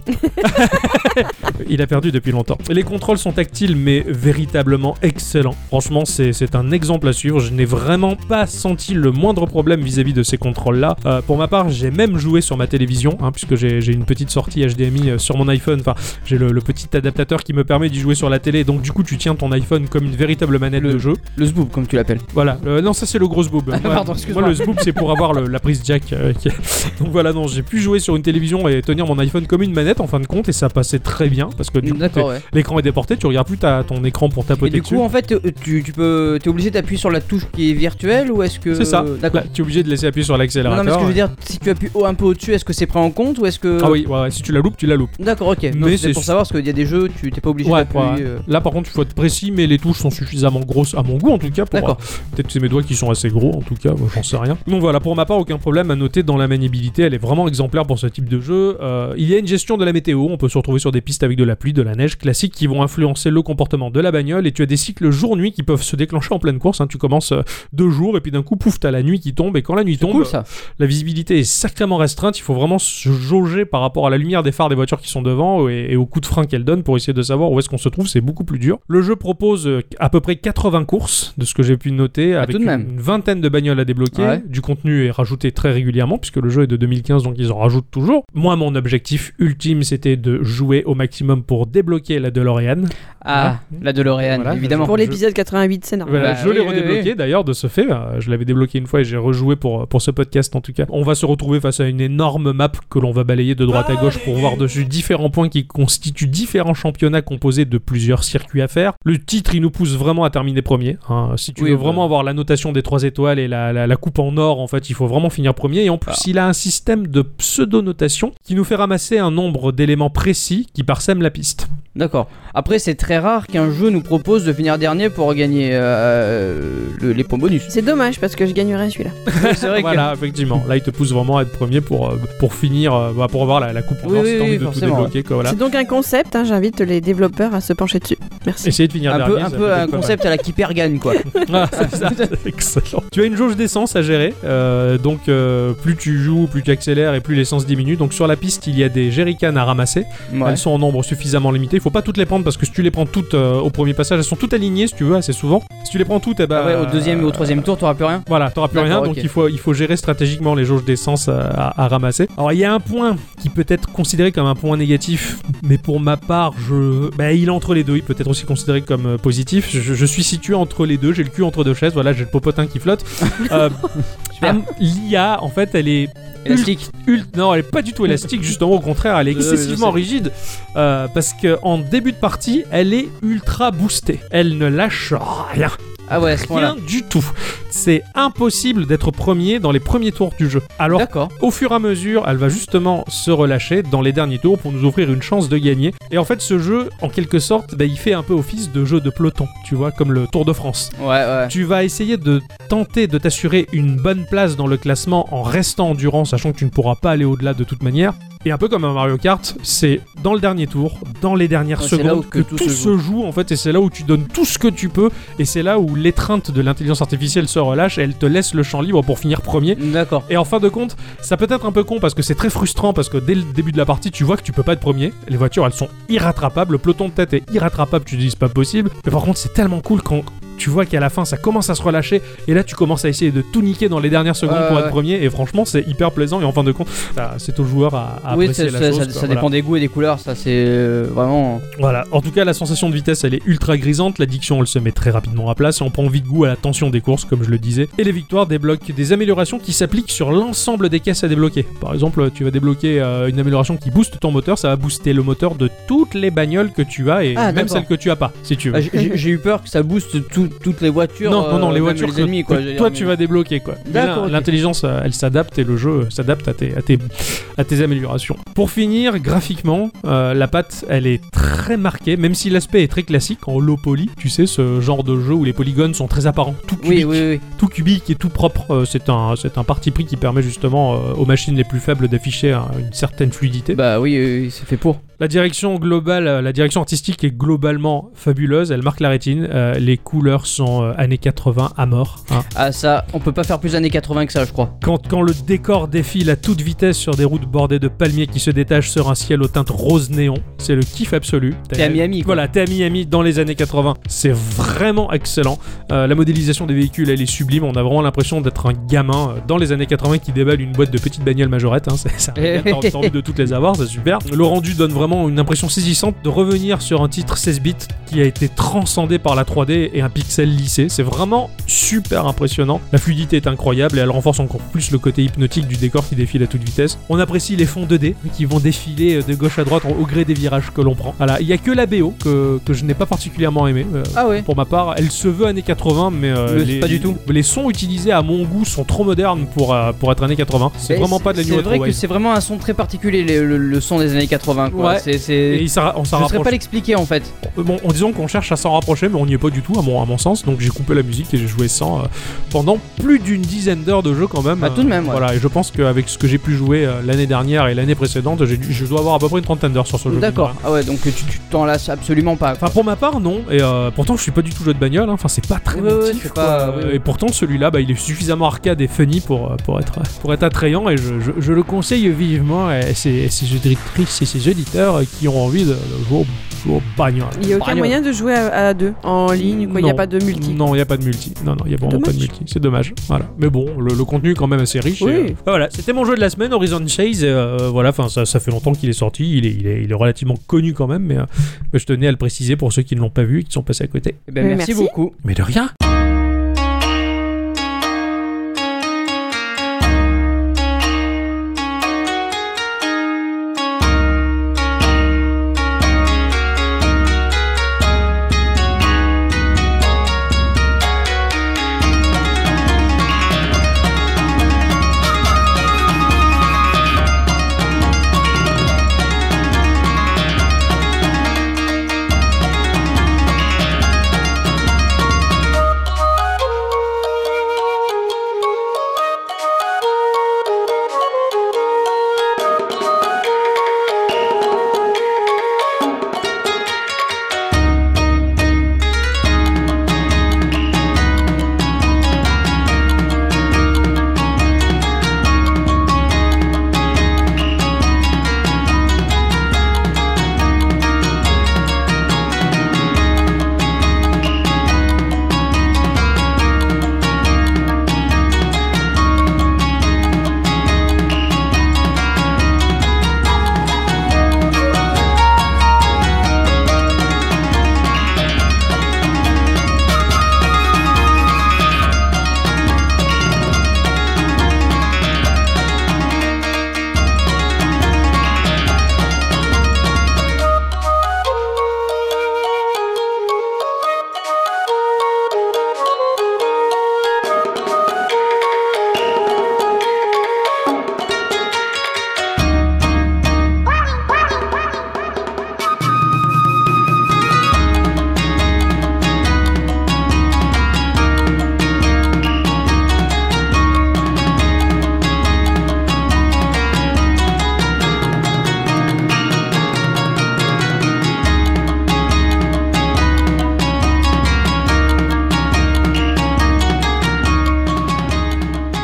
S2: Il a perdu depuis longtemps. Les contrôles sont tactiles mais véritablement excellents. Franchement, c'est c'est un exemple à suivre. Je n'ai vraiment pas senti le moindre problème vis-à-vis de ces contrôles-là. Euh, pour ma part, j'ai même joué sur ma télévision, hein, puisque j'ai j'ai une petite sortie HDMI euh, sur mon iPhone. Enfin, j'ai le, le petit adaptateur qui me permet d'y jouer sur la télé. Donc du coup, tu tiens ton iPhone comme une véritable manette
S1: Le-
S2: de jeu.
S1: Le zboob, comme tu l'appelles.
S2: Voilà, Euh, non, ça c'est le gros zboob. Moi-
S1: pardon,
S2: moi,
S1: excuse-moi.
S2: le zboob, c'est pour avoir le- la prise jack. euh, qui- Donc voilà, non, j'ai pu jouer sur une télévision et tenir mon iPhone comme une manette en fin de compte, et ça passait très bien parce que du coup,
S1: D'accord, ouais.
S2: l'écran est déporté, tu regardes plus ta, ton écran pour
S1: Et
S2: tapoter
S1: du
S2: dessus.
S1: coup, en fait, euh, tu, tu peux, t'es obligé d'appuyer sur la touche qui est virtuelle ou est-ce que.
S2: c'est ça.
S1: D'accord.
S2: Là, tu es obligé de laisser appuyer sur
S1: Non,
S2: l'accélérateur.
S1: non, mais ce que je veux dire, si tu appuies au- un peu au-dessus, est-ce que c'est pris en compte ou est-ce que.
S2: Ah oui, ouais, ouais, si tu la loupes, tu la loupes.
S1: D'accord, ok. Non,
S2: Mais c'est
S1: c'est pour
S2: su-
S1: savoir parce qu'il y a des jeux, tu t'es pas obligé
S2: Ouais,
S1: d'appuyer. euh,
S2: Là, par contre, il faut être précis, mais les touches sont suffisamment grosses, à mon goût en tout cas, pour.
S1: D'accord.
S2: euh, Peut-être que c'est mes doigts qui sont assez gros, en tout cas, moi, j'en sais rien. Donc voilà, pour ma part, aucun problème à noter dans la maniabilité, elle est vraiment exemplaire pour ce type de jeu. Euh, il y a une gestion de la météo, on peut se retrouver sur des pistes avec de la pluie, de la neige classique qui vont influencer le comportement de la bagnole, et tu as des cycles jour-nuit qui peuvent se déclencher en pleine course. hein. Tu commences euh, deux jours, et puis d'un coup, pouf, t'as la nuit qui tombe, et quand la nuit tombe,
S1: Cool ça.
S2: la visibilité est sacrément restreinte. Il faut vraiment se jauger par rapport à la lumière des phares des voitures qui sont devant et, et au coup de frein qu'elles donnent pour essayer de savoir où est-ce qu'on se trouve. C'est beaucoup plus dur. Le jeu propose euh, à peu près 80 courses, de ce que j'ai pu noter, avec
S1: Ah, tout de
S2: une,
S1: même.
S2: une vingtaine de bagnoles à débloquer.
S1: Ouais.
S2: Du contenu est rajouté très régulièrement puisque le jeu est de 2015, donc ils en rajoutent toujours. Moi, mon objectif ultime, c'était de jouer au maximum pour débloquer la DeLorean.
S1: Ah, la DeLorean,
S2: Voilà,
S1: évidemment.
S2: je-
S3: Pour l'épisode 88, c'est normal.
S2: Voilà,
S1: Bah
S2: je l'ai
S1: oui, oui,
S2: redébloqué d'ailleurs de ce fait. euh, Je l'avais débloqué une fois et j'ai rejoué pour, pour ce podcast en tout cas. On va se retrouver face à une énorme map que l'on va balayer de droite à gauche pour voir dessus différents points qui constituent différents championnats composés de plusieurs circuits à faire. Le titre, il nous pousse vraiment à terminer premier. hein. Si tu
S1: Oui,
S2: veux
S1: bah.
S2: vraiment avoir la notation des trois étoiles et la, la- la coupe en or, en fait, il faut vraiment finir premier. Et en plus,
S1: Ah.
S2: il a un système de pseudo-notation qui nous fait ramasser un nombre d'éléments précis qui parsèment la piste.
S1: D'accord. Après, c'est très rare qu'un jeu nous propose de finir dernier pour gagner euh, le- les points bonus.
S3: C'est dommage parce que je gagnerais celui-là.
S1: c'est vrai que.
S2: voilà, effectivement. Là, il te pousse vraiment à être premier pour, euh, pour finir, euh, bah, pour avoir la, la coupe en
S1: Oui,
S2: or, si
S1: oui,
S2: t'as envie
S1: oui,
S2: de tout
S1: forcément,
S2: débloquer. Quoi, voilà.
S3: C'est donc un concept, hein, j'invite les développeurs à se pencher dessus. Merci.
S2: Essayer de finir
S1: Un
S2: dernier.
S1: peu, un
S2: ça
S1: peu
S2: peut être
S1: un
S2: pas mal.
S1: concept à la qui perd gagne quoi.
S2: Ah, c'est ça, c'est excellent. Tu as une jauge d'essence à gérer, euh, donc euh, plus tu joues, plus tu accélères et plus l'essence diminue. Donc sur la piste, il y a des jerrycans à ramasser.
S1: Ouais.
S2: Elles sont en nombre suffisamment limité. Il faut pas toutes les prendre parce que si tu les prends toutes euh, au premier passage, elles sont toutes alignées si tu veux assez souvent. Si tu les prends toutes, eh ben,
S1: Ah ouais, au deuxième et au troisième tour, t'auras plus rien.
S2: Voilà, t'auras plus rien,
S1: D'accord,
S2: donc
S1: ok.
S2: il, faut, il faut gérer stratégiquement les jauges d'essence à, à- à ramasser. Alors il y a un point qui peut être considéré comme un point négatif, mais pour ma part, je, bah, il est entre les deux, il peut être aussi considéré comme euh, positif. Je, je suis situé entre les deux, j'ai le cul entre deux chaises, voilà, j'ai le popotin qui flotte. Euh,
S1: super.
S2: Am- L'IA, en fait, elle est
S1: Élastique.
S2: ult- non, elle est pas du tout élastique, justement, au contraire, elle est
S1: Je- je
S2: excessivement
S1: sais.
S2: rigide euh, parce que en début de partie, elle est ultra boostée. Elle ne lâche rien,
S1: Ah ouais, à ce
S2: rien
S1: point-là.
S2: du tout. C'est impossible d'être premier dans les premiers tours du jeu. Alors
S1: D'accord.
S2: au fur et à mesure, elle va justement se relâcher dans les derniers tours pour nous offrir une chance de gagner. Et en fait, ce jeu, en quelque sorte, bah, il fait un peu office de jeu de peloton, tu vois, comme le Tour de France.
S1: Ouais, ouais.
S2: Tu vas essayer de tenter de t'assurer une bonne place dans le classement en restant endurant, sachant que tu ne pourras pas aller au-delà de toute manière. Et un peu comme un Mario Kart, c'est dans le dernier tour, dans les dernières
S1: Ouais, c'est là où
S2: secondes
S1: que tout se
S2: se joue en fait, et c'est là où tu donnes tout ce que tu peux, et c'est là où l'étreinte de l'intelligence artificielle se relâche et elle te laisse le champ libre pour finir premier.
S1: D'accord.
S2: Et en fin de compte, ça peut être un peu con parce que c'est très frustrant parce que dès le début de la partie, tu vois que tu peux pas être premier. Les voitures, elles sont irrattrapables. Le peloton de tête est irrattrapable. Tu te dis c'est pas possible. Mais par contre, c'est tellement cool quand tu vois qu'à la fin, ça commence à se relâcher. Et là, tu commences à essayer de tout niquer dans les dernières secondes
S1: Ouais,
S2: pour
S1: ouais.
S2: être premier. Et franchement, c'est hyper plaisant. Et en fin de compte, bah, c'est au joueur à, à
S1: Oui, ça,
S2: apprécier la
S1: ça-
S2: chose.
S1: ça-
S2: quoi.
S1: ça
S2: Voilà.
S1: dépend des goûts et des couleurs, ça c'est euh, vraiment.
S2: Voilà, en tout cas, la sensation de vitesse, elle est ultra grisante. L'addiction, elle se met très rapidement à place et on prend vite goût à la tension des courses, comme je le disais. Et les victoires débloquent des améliorations qui s'appliquent sur l'ensemble des caisses à débloquer. Par exemple, tu vas débloquer euh, une amélioration qui booste ton moteur, ça va booster le moteur de toutes les bagnoles que tu as et
S1: Ah,
S2: même
S1: d'accord.
S2: celles que tu as pas, si tu veux.
S1: Ah, j'ai- j'ai j'ai eu peur que ça booste tout- toutes les voitures.
S2: non, non, non,
S1: euh,
S2: les
S1: même
S2: voitures
S1: les ennemis,
S2: que,
S1: quoi.
S2: que
S1: je veux dire,
S2: toi
S1: mais-
S2: tu vas débloquer quoi. Mais
S1: D'accord,
S2: là,
S1: ok.
S2: L'intelligence euh, elle s'adapte et le jeu euh, s'adapte à tes, à, tes, à tes améliorations. Pour finir, graphiquement, euh, la patte elle est très marquée, même si l'aspect est très classique en low poly, tu sais, ce genre de jeu où les polygones sont très apparents, tout
S1: Oui,
S2: cubique,
S1: oui, oui.
S2: tout cubique et tout propre. Euh, c'est un, c'est un parti pris qui permet justement euh, aux machines les plus faibles d'afficher euh, une certaine fluidité.
S1: Bah oui, oui, oui, c'est fait pour.
S2: La direction globale, euh, la direction artistique est globalement fabuleuse, elle marque la rétine, euh, les couleurs sont euh, années 80 à mort. hein.
S1: Ah, ça, on peut pas faire plus années 80 que ça, je crois.
S2: Quand, quand le décor défile à toute vitesse sur des routes bordées de palmiers qui se détachent sur un ciel aux teintes rose néon, c'est le kiff absolu.
S1: T'es à Miami, quoi.
S2: Voilà, t'es à Miami dans les années 80. C'est vraiment excellent. Euh, la modélisation des véhicules, elle est sublime. On a vraiment l'impression d'être un gamin euh, dans les années 80 qui déballe une boîte de petites bagnoles majorettes. hein. C'est- ça
S1: Eh.
S2: arrive, T'as t'as envie de toutes les avoir, c'est super. Le rendu donne vraiment une impression saisissante de revenir sur un titre 16 bits qui a été transcendé par la 3D et un pixel lissé. C'est vraiment super impressionnant. La fluidité est incroyable et elle renforce encore plus le côté hypnotique du décor qui défile à toute vitesse. On apprécie les fonds 2D qui vont défiler euh, de gauche à droite au gré des virages que l'on prend. Voilà, il y a que la BO que, que je n'ai pas particulièrement aimé. euh,
S1: Ah ouais.
S2: pour ma part, elle se veut années 80, mais euh,
S1: Mais
S2: les,
S1: pas du tout.
S2: les sons utilisés à mon goût sont trop modernes pour, euh, pour être années 80. C'est
S1: Mais
S2: vraiment pas de la new
S1: C'est vrai
S2: retrowave.
S1: que c'est vraiment un son très particulier, le, le- le son des années 80, quoi.
S2: Ouais.
S1: C'est.
S2: Et
S1: c'est-
S2: il s'en- on
S1: Je
S2: s'en
S1: ne saurais
S2: rapproche. Euh,
S1: pas l'expliquer en fait.
S2: Bon, en disant qu'on cherche à s'en rapprocher, mais on n'y est pas du tout, à mon, à mon sens. Donc j'ai coupé la musique et j'ai joué sans euh, pendant plus d'une dizaine d'heures de jeu quand même.
S1: Bah, tout de même, ouais.
S2: Voilà, et je pense qu'avec ce que j'ai pu jouer euh, l'année dernière et l'année précédente, j'ai dû- je dois avoir à peu près une trentaine d'heures sur ce jeu.
S1: D'accord. Ah ouais, donc tu tu t'en lasses absolument pas. quoi.
S2: Enfin, pour ma part, non. Et euh, pourtant, je suis pas du tout jeu de bagnole. hein. Enfin, c'est pas très
S1: Ouais, ouais,
S2: natif,
S1: c'est
S2: quoi.
S1: pas-
S2: Euh,
S1: oui, oui.
S2: Et pourtant, celui-là, bah, il est suffisamment arcade et funny pour, euh, pour, être, pour être attrayant. Et je, je- je le conseille vivement à ces, à ces auditrices et ces auditeurs euh, qui ont envie de, de jouer, au- jouer au bagnole.
S3: Il n'y a aucun
S1: Bagnole.
S3: moyen de jouer à, à deux en ligne, quoi. Il n'y a
S2: Non.
S3: pas de multi.
S2: Non, il n'y a pas de multi. Non, non, il n'y a vraiment
S3: Dommage.
S2: pas de multi. C'est dommage. Voilà. Mais bon, le, le contenu est quand même assez riche.
S3: Oui.
S2: et, euh, voilà, c'était mon jeu de la semaine, Horizon Chase. euh, voilà, enfin, ça, ça fait longtemps qu'il est sorti. Il est, il, est, il est relativement connu quand même, mais, euh, mais je tenais à le préciser pour ceux qui ne l'ont pas vu et qui sont passés à côté.
S1: Eh ben,
S3: Mais
S1: merci
S3: Euh, merci.
S1: beaucoup.
S2: Mais de rien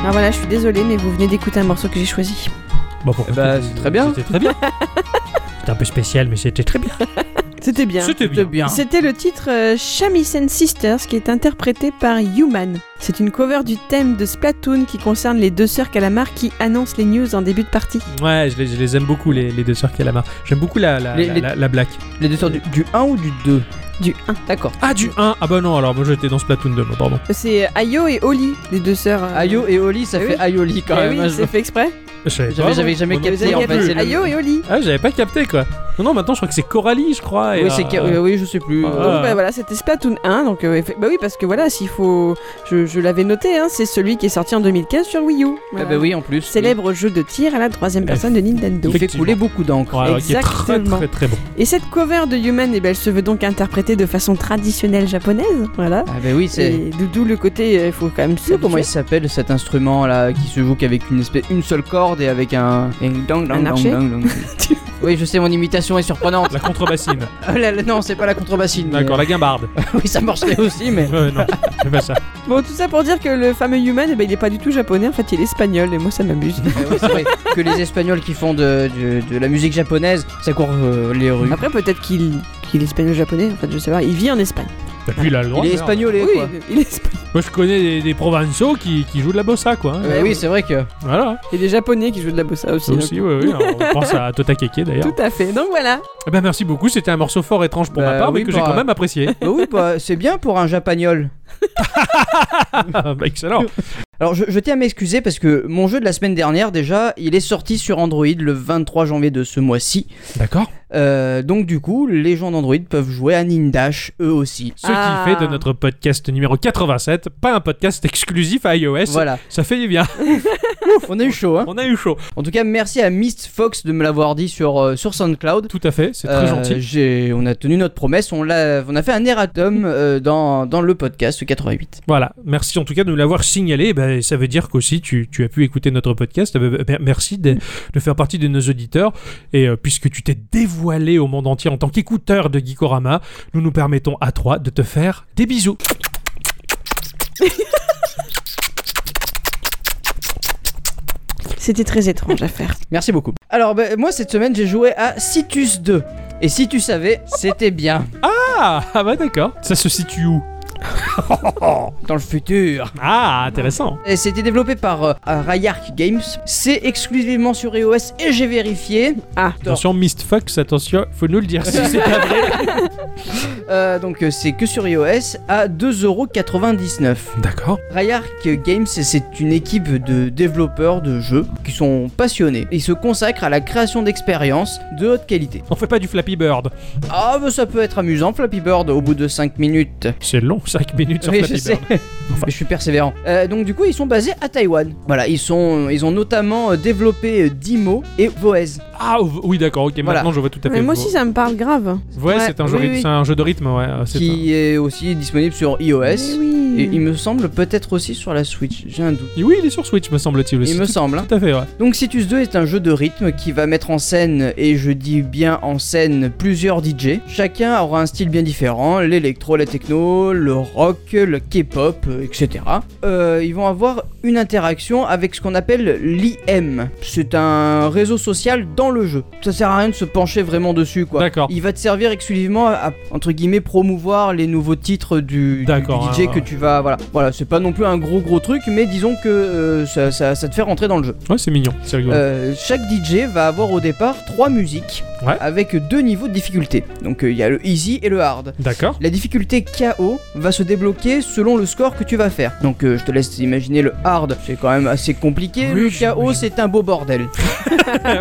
S3: Ah, voilà, je suis désolée, mais vous venez d'écouter un morceau que j'ai choisi.
S2: Bah, pourquoi
S1: Eh bah,
S2: c'était-
S1: c'est très bien.
S2: C'était très bien. C'était un peu spécial, mais c'était très bien.
S3: C'était bien.
S2: C'était
S1: C'est
S2: bien.
S1: bien.
S3: C'était le titre euh, Shamisen Sisters qui est interprété par Human. C'est une cover du thème de Splatoon qui concerne les deux sœurs calamar qui annoncent les news en début de partie.
S2: Ouais, je les, je les aime beaucoup, les, les deux sœurs Kalama. J'aime beaucoup la, la,
S1: Les-
S2: la,
S1: les-
S2: la- la black.
S1: Les deux sœurs du, du 1 ou du 2
S3: Du 1.
S1: D'accord.
S2: Ah, du 1. Ah bah non, alors moi j'étais dans Splatoon 2, moi, pardon.
S3: C'est euh, Ayo et Oli, les deux sœurs. euh,
S1: Ayo et Oli, ça
S3: Eh
S1: fait
S3: oui.
S1: Aioli quand
S3: eh
S1: même.
S3: oui,
S1: hein, je-
S3: c'est fait exprès.
S2: Je savais pas,
S1: J'avais-
S2: moi.
S1: j'avais jamais
S2: Moi non
S1: capté,
S3: Vous
S1: Et
S3: avez
S1: en fait,
S3: capté
S1: c'est le-
S3: Ayo et Oli.
S2: Ah, j'avais pas capté quoi. Non, non, maintenant je crois que c'est Coralie, je crois. et,
S1: Oui, c'est
S2: euh,
S1: que- oui, oui, je sais plus.
S2: Ah.
S1: Euh,
S3: Donc bah, voilà, c'était Splatoon 1. Donc, euh, effe- bah oui, parce que voilà, s'il faut. Je, je l'avais noté, hein, c'est celui qui est sorti en 2015 sur Wii U.
S1: Ah
S3: Voilà.
S1: bah oui, en plus.
S3: Célèbre jeu de tir à la troisième personne de Nintendo.
S1: Il fait
S2: Effectivement.
S1: couler beaucoup d'encre.
S2: Ouais, qui est très
S3: Exactement.
S2: très très bon.
S3: Et cette cover de Human, eh ben, elle se veut donc interprétée de façon traditionnelle japonaise. Voilà.
S1: Ah bah oui, c'est.
S3: Et d'o- d'où le côté, euh, il faut quand même
S1: Tu sais
S3: se
S1: comment il s'appelle cet instrument là qui se joue qu'avec une espèce une seule corde et avec un et dang, dang,
S3: Un
S1: dang,
S3: archet
S1: dang, dang. Oui, je sais mon imitation est surprenante.
S2: La contrebassine.
S1: Ah là là, non, c'est pas la contrebassine. mais-
S2: D'accord, la guimbarde.
S1: Oui, ça marcherait aussi mais
S2: Ouais, non, c'est pas ça.
S3: Bon, tout ça pour dire que le fameux Human, eh ben, il n'est pas du tout japonais, en fait, il est espagnol, et moi, ça m'amuse.
S1: Ah ouais, c'est vrai que les espagnols qui font de, de, de la musique japonaise, ça court euh, les rues.
S3: Après, peut-être qu'il qu'il est espagnol-japonais, en fait, je sais pas, il vit en Espagne.
S2: Et puis il a le droit.
S1: Il est
S2: de faire.
S1: espagnolé
S3: oui,
S1: quoi. Euh,
S3: il est espagnol.
S2: Moi je connais des, des provençaux qui, qui jouent de la bossa quoi. hein.
S1: Ah bah oui, c'est vrai que
S2: Voilà.
S3: Et des japonais qui jouent de la bossa aussi.
S2: Ça aussi,
S3: donc.
S2: oui, oui. On pense à Tota Keke d'ailleurs.
S3: Tout à fait, donc voilà.
S2: Eh ben merci beaucoup, c'était un morceau fort étrange pour ma
S1: Bah
S2: part, mais
S1: oui,
S2: que j'ai
S1: pour
S2: quand
S1: un-
S2: même apprécié.
S1: Bah oui, bah, c'est bien pour un japagnol.
S2: Ah, bah, excellent.
S1: Alors je, je tiens à m'excuser parce que mon jeu de la semaine dernière déjà, il est sorti sur Android le 23 janvier de ce mois-ci.
S2: D'accord.
S1: Euh, donc du coup, les gens d'Android peuvent jouer à Nindash eux aussi.
S2: Ce
S3: Ah.
S2: qui fait de notre podcast numéro 87 pas un podcast exclusif à iOS.
S1: Voilà,
S2: Ça fait du bien.
S1: on a eu chaud. Hein
S2: On a eu chaud.
S1: en tout cas, merci à Mist Fox de me l'avoir dit sur, euh, sur SoundCloud.
S2: Tout à fait, c'est très
S1: Euh,
S2: gentil.
S1: j'ai- On a tenu notre promesse, on, l'a- on a fait un erratum euh, dans, dans le podcast 88.
S2: Voilà, merci en tout cas de nous l'avoir signalé. Eh ben, ça veut dire qu'aussi tu, tu as pu écouter notre podcast. Eh ben, ben, Merci de, de faire partie de nos auditeurs. Et euh, puisque tu t'es dévoilé au monde entier en tant qu'écouteur de Geekorama, nous nous permettons à trois de te faire des bisous.
S3: C'était très étrange à faire.
S1: Merci beaucoup. Alors bah, moi cette semaine j'ai joué à Citus 2. Et si tu savais, c'était bien.
S2: Ah, ah bah d'accord. Ça se situe où
S1: Dans le futur.
S2: Ah, intéressant.
S1: Et c'était développé par euh, Rayark Games. C'est exclusivement sur iOS et j'ai vérifié.
S2: Attention, Mist Fox, attention, faut nous le dire. Si c'est pas vrai.
S1: Euh, donc euh, c'est que sur iOS à 2,99€.
S2: D'accord.
S1: Rayark Games, c'est une équipe de développeurs de jeux qui sont passionnés. Ils se consacrent à la création d'expériences de haute qualité.
S2: On fait pas du Flappy Bird.
S1: Ah, bah ça peut être amusant, Flappy Bird, au bout de 5 minutes.
S2: C'est long, 5 minutes sur
S1: Oui, je
S2: Flappy
S1: sais.
S2: Bird.
S1: Mais je suis persévérant. Euh, donc du coup, ils sont basés à Taïwan. Voilà, ils, sont, ils ont notamment euh, développé euh, Dimo et Voez.
S2: Ah oui, d'accord, ok,
S1: Voilà.
S2: maintenant je vois tout à fait.
S3: Mais moi
S2: le
S3: aussi,
S2: mot.
S3: ça me parle grave.
S2: Ouais,
S1: Ouais,
S2: c'est un, jeu
S1: oui,
S2: ryth-
S1: oui.
S2: c'est un jeu de rythme, ouais. euh, c'est un-
S1: qui est aussi disponible sur iOS.
S3: Mais
S1: Et il
S3: oui.
S1: me semble peut-être aussi sur la Switch, j'ai un doute.
S2: Et Oui, il est sur Switch, me semble-t-il aussi.
S1: Il me
S2: tout,
S1: semble. hein.
S2: tout à fait, ouais.
S1: Donc Citus 2 est un jeu de rythme qui va mettre en scène, et je dis bien en scène, plusieurs DJ. Chacun aura un style bien différent, l'électro, la techno, le rock, le K-pop, euh, etc. Euh, ils vont avoir une interaction avec ce qu'on appelle l'IM. C'est un réseau social dans le jeu. Ça sert à rien de se pencher vraiment dessus, quoi.
S2: D'accord.
S1: Il va te servir exclusivement à, à, entre guillemets promouvoir les nouveaux titres du, du-
S2: D'accord,
S1: du DJ
S2: hein,
S1: que
S2: ouais.
S1: tu vas voilà voilà c'est pas non plus un gros gros truc mais disons que euh, ça, ça- ça te fait rentrer dans le jeu.
S2: Ouais, c'est mignon, c'est rigolo.
S1: Euh, chaque DJ va avoir au départ trois musiques
S2: Ouais.
S1: avec deux niveaux de difficulté donc euh, il y a le easy et le hard.
S2: D'accord.
S1: La difficulté KO va se débloquer selon le score que tu vas faire. Donc euh, je te laisse imaginer le hard, c'est quand même assez compliqué.
S2: Oui,
S1: le KO,
S2: j'imagine.
S1: c'est un beau bordel.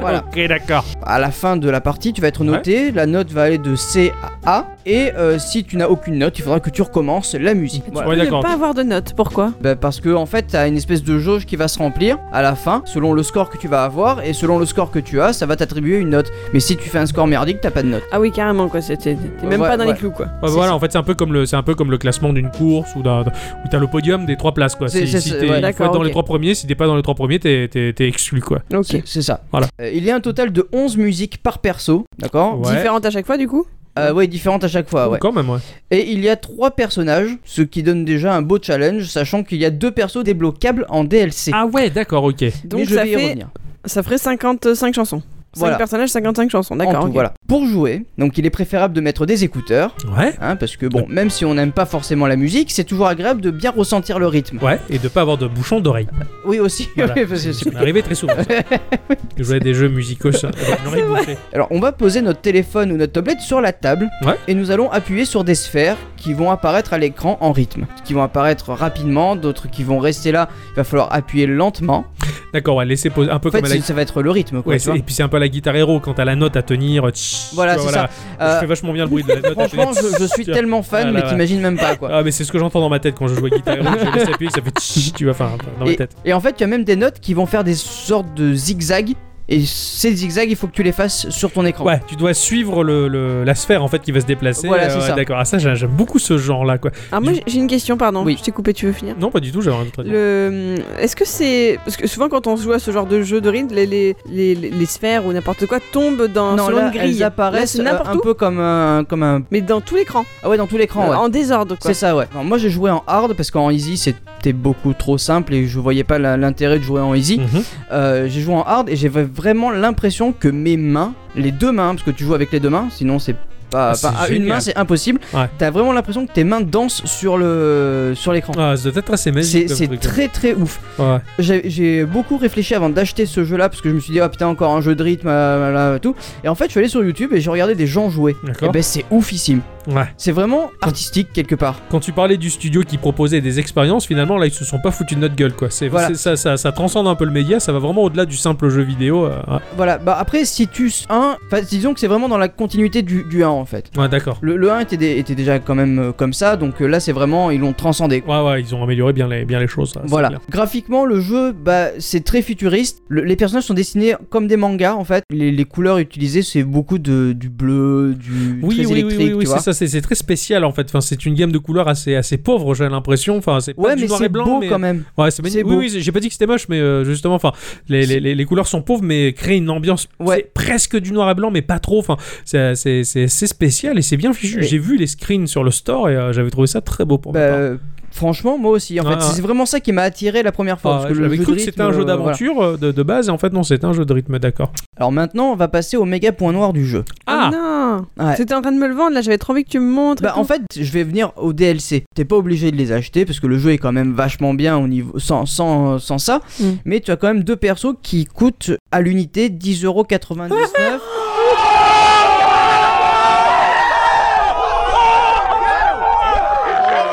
S1: voilà.
S2: Ok, d'accord.
S1: À la fin de la partie, tu vas être noté, la note va aller de C à A, et euh, si tu n'as aucune note, il faudra que tu recommences la musique. Voilà.
S2: Ouais,
S3: Ne
S2: d'accord.
S3: pas avoir de notes, pourquoi
S1: Bah, parce que en fait, t'as une espèce de jauge qui va se remplir à la fin, selon le score que tu vas avoir, et selon le score que tu as, ça va t'attribuer une note. Mais si tu fais un score merdique, t'as pas de note.
S3: Ah oui, carrément, quoi. C'était t'es même
S1: Ouais,
S3: pas dans les
S1: ouais.
S3: clous, quoi.
S2: Ouais,
S1: C'est
S2: voilà, en fait, c'est un peu comme le, c'est un peu comme le classement d'une course ou d'un, où t'as le podium des trois places, quoi.
S1: C'est-
S2: Si,
S1: c'est-
S2: si
S1: c'est-
S2: t'es,
S1: ouais,
S2: il faut être
S3: d'accord,
S2: dans
S3: ok.
S2: les trois premiers, si t'es pas dans les trois premiers, t'es, t'es, t'es exclu, quoi.
S3: Ok.
S1: C'est- C'est ça.
S2: Voilà.
S1: Euh, il y a un total de 11 musiques par perso, d'accord
S2: Ouais.
S3: Différentes à chaque fois, du coup
S1: Euh, ouais, différentes à chaque fois, ouais.
S2: Quand même, ouais.
S1: Et il y a trois personnages, ce qui donne déjà un beau challenge, sachant qu'il y a deux persos débloquables en DLC.
S2: Ah ouais, d'accord, ok.
S3: Donc
S1: Mais je
S3: ça
S1: vais y
S3: fait-
S1: revenir.
S3: Ça ferait 55 chansons. 5
S1: Voilà.
S3: personnages, 55 chansons,
S1: En
S3: d'accord.
S1: tout,
S3: ok.
S1: voilà. Pour jouer, donc il est préférable de mettre des écouteurs,
S2: Ouais.
S1: hein, parce que bon, même si on n'aime pas forcément la musique, c'est toujours agréable de bien ressentir le rythme.
S2: Ouais, et de pas avoir de bouchon d'oreille.
S1: Oui aussi.
S2: Voilà.
S1: oui, parce que
S2: Ça
S1: c'est-
S2: m'est arrivé très souvent. ça. Je jouais à des jeux musicaux ça, avec une oreille bouchée.
S1: Alors on va poser notre téléphone ou notre tablette sur la table
S2: Ouais.
S1: et nous allons appuyer sur des sphères qui vont apparaître à l'écran en rythme, qui vont apparaître rapidement, d'autres qui vont rester là. Il va falloir appuyer lentement.
S2: D'accord, ouais, laisser poser un peu
S1: En fait,
S2: comme à la
S1: c'est- ça va être le rythme. Quoi,
S2: Ouais,
S1: tu
S2: c'est-
S1: vois.
S2: et puis c'est un peu la guitare héros quand t'as la note à tenir. tch,
S1: Voilà,
S2: tu vois,
S1: c'est
S2: Je
S1: Euh,
S2: fais vachement bien le bruit de la note à tenir.
S1: Franchement, je, je suis
S2: Tu vois.
S1: tellement fan,
S2: Ah, là,
S1: mais
S2: ouais.
S1: t'imagines même pas quoi.
S2: Ah, mais c'est ce que j'entends dans ma tête quand je joue à guitare héros. je laisse appuyer, ça fait tch, tu vois, enfin, dans ma
S1: Et,
S2: tête.
S1: et en fait, tu as même des notes qui vont faire des sortes de zigzags. Et ces zigzags, il faut que tu les fasses sur ton écran.
S2: Ouais, tu dois suivre le, le- la sphère en fait qui va se déplacer.
S1: Voilà, c'est
S2: ouais,
S1: ça.
S2: D'accord, ah, ça j'a- j'aime beaucoup ce genre là quoi.
S3: Alors Ah, moi j'ai une question, pardon.
S1: Oui.
S3: Je t'ai coupé, tu veux finir
S2: Non, pas du tout, j'avais rien d'autre à dire.
S3: Le... euh, Est-ce que c'est. Parce que souvent, quand on joue à ce genre de jeu de rythme, les, les, les, les sphères ou n'importe quoi tombent dans
S1: non,
S3: selon
S1: là,
S3: une grille.
S1: elles apparaissent
S3: Là, c'est
S1: euh,
S3: n'importe
S1: un
S3: où,
S1: peu comme un, comme un.
S3: mais dans tout l'écran.
S1: Ah ouais, dans tout
S2: Oh,
S1: l'écran, ouais.
S3: En désordre, quoi.
S1: C'est ça, ouais. Alors, moi, j'ai joué en hard parce qu'en easy, c'était beaucoup trop simple et je voyais pas la- l'intérêt de jouer en easy.
S2: Mhm.
S1: Euh, j'ai joué en hard et j'avais vraiment l'impression que mes mains, les deux mains, parce que tu joues avec les deux mains, sinon c'est pas,
S2: Ah, c'est
S1: pas- à une
S2: génial.
S1: main, c'est impossible.
S2: Ouais.
S1: T'as vraiment l'impression que tes mains dansent sur le sur l'écran.
S2: Ah, ça doit être assez
S1: C'est
S2: magique. comme
S1: c'est
S2: truc.
S1: très très ouf.
S2: Ouais.
S1: J'ai j'ai beaucoup réfléchi avant d'acheter ce jeu là parce que je me suis dit, ah putain, encore un jeu de rythme, euh, là, tout. Et en fait, je suis allé sur YouTube et j'ai regardé des gens jouer. Et
S2: D'accord.
S1: ben, c'est oufissime.
S2: Ouais.
S1: C'est vraiment artistique quelque part.
S2: Quand tu parlais du studio qui proposait des expériences, finalement là ils se sont pas foutus de notre gueule quoi. C'est
S1: Voilà.
S2: c'est- ça, ça, ça transcende un peu le média, ça va vraiment au-delà du simple jeu vidéo. euh, ouais.
S1: Voilà, bah après, si tu. 1, disons que c'est vraiment dans la continuité du, du 1 en fait.
S2: Ouais, d'accord.
S1: Le, le 1 était, dé- était déjà quand même euh, comme ça, donc euh, là c'est vraiment, ils l'ont transcendé. quoi.
S2: Ouais, ouais, ils ont amélioré bien les, bien les choses. ça, Ah, c'est
S1: Voilà.
S2: clair.
S1: Graphiquement, le jeu, bah, c'est très futuriste. Le- les personnages sont dessinés comme des mangas en fait. Les, les couleurs utilisées, c'est beaucoup de, du bleu, du
S2: Oui, oui,
S1: très
S2: oui,
S1: électrique,
S2: oui, oui,
S1: tu
S2: c'est
S1: vois.
S2: ça, c'est c'est très spécial en fait. Enfin, c'est une gamme de couleurs assez, assez pauvre, j'ai l'impression. Enfin, c'est pas
S1: Ouais,
S2: du
S1: mais
S2: noir
S1: c'est
S2: et blanc,
S1: beau
S2: mais-
S1: quand même.
S2: Ouais, c'est
S1: C'est
S2: magnifique.
S1: beau.
S2: Oui, oui, j'ai pas dit que c'était moche, mais euh, justement, enfin, les, les, les- les couleurs sont pauvres, mais créent une ambiance.
S1: Ouais.
S2: C'est presque du noir et blanc, mais pas trop. Enfin, c'est c'est- c'est- c'est spécial et c'est bien fichu.
S1: Et-
S2: J'ai vu les screens sur le store et euh, j'avais trouvé ça très beau pour
S1: Bah,
S2: ma part.
S1: euh, franchement, moi aussi. En
S2: Ah,
S1: fait,
S2: ah.
S1: c'est vraiment ça qui m'a attiré la première fois.
S2: Ah,
S1: parce que le
S2: J'avais
S1: jeu
S2: cru
S1: de
S2: que c'était
S1: rythme,
S2: un jeu
S1: euh, voilà.
S2: d'aventure euh, de, de base, et en fait, non, c'était un jeu de rythme, d'accord.
S1: Alors maintenant, on va passer au méga point noir du jeu.
S2: Ah,
S3: non
S1: Ouais.
S3: C'était en train de me le vendre, là, j'avais trop envie que tu me montres. et
S1: Bah,
S3: tout.
S1: en fait, je vais venir au DLC. T'es pas obligé de les acheter parce que le jeu est quand même vachement bien au niveau sans, sans, sans ça.
S3: Mm.
S1: Mais tu as quand même deux persos qui coûtent à l'unité 10,99€.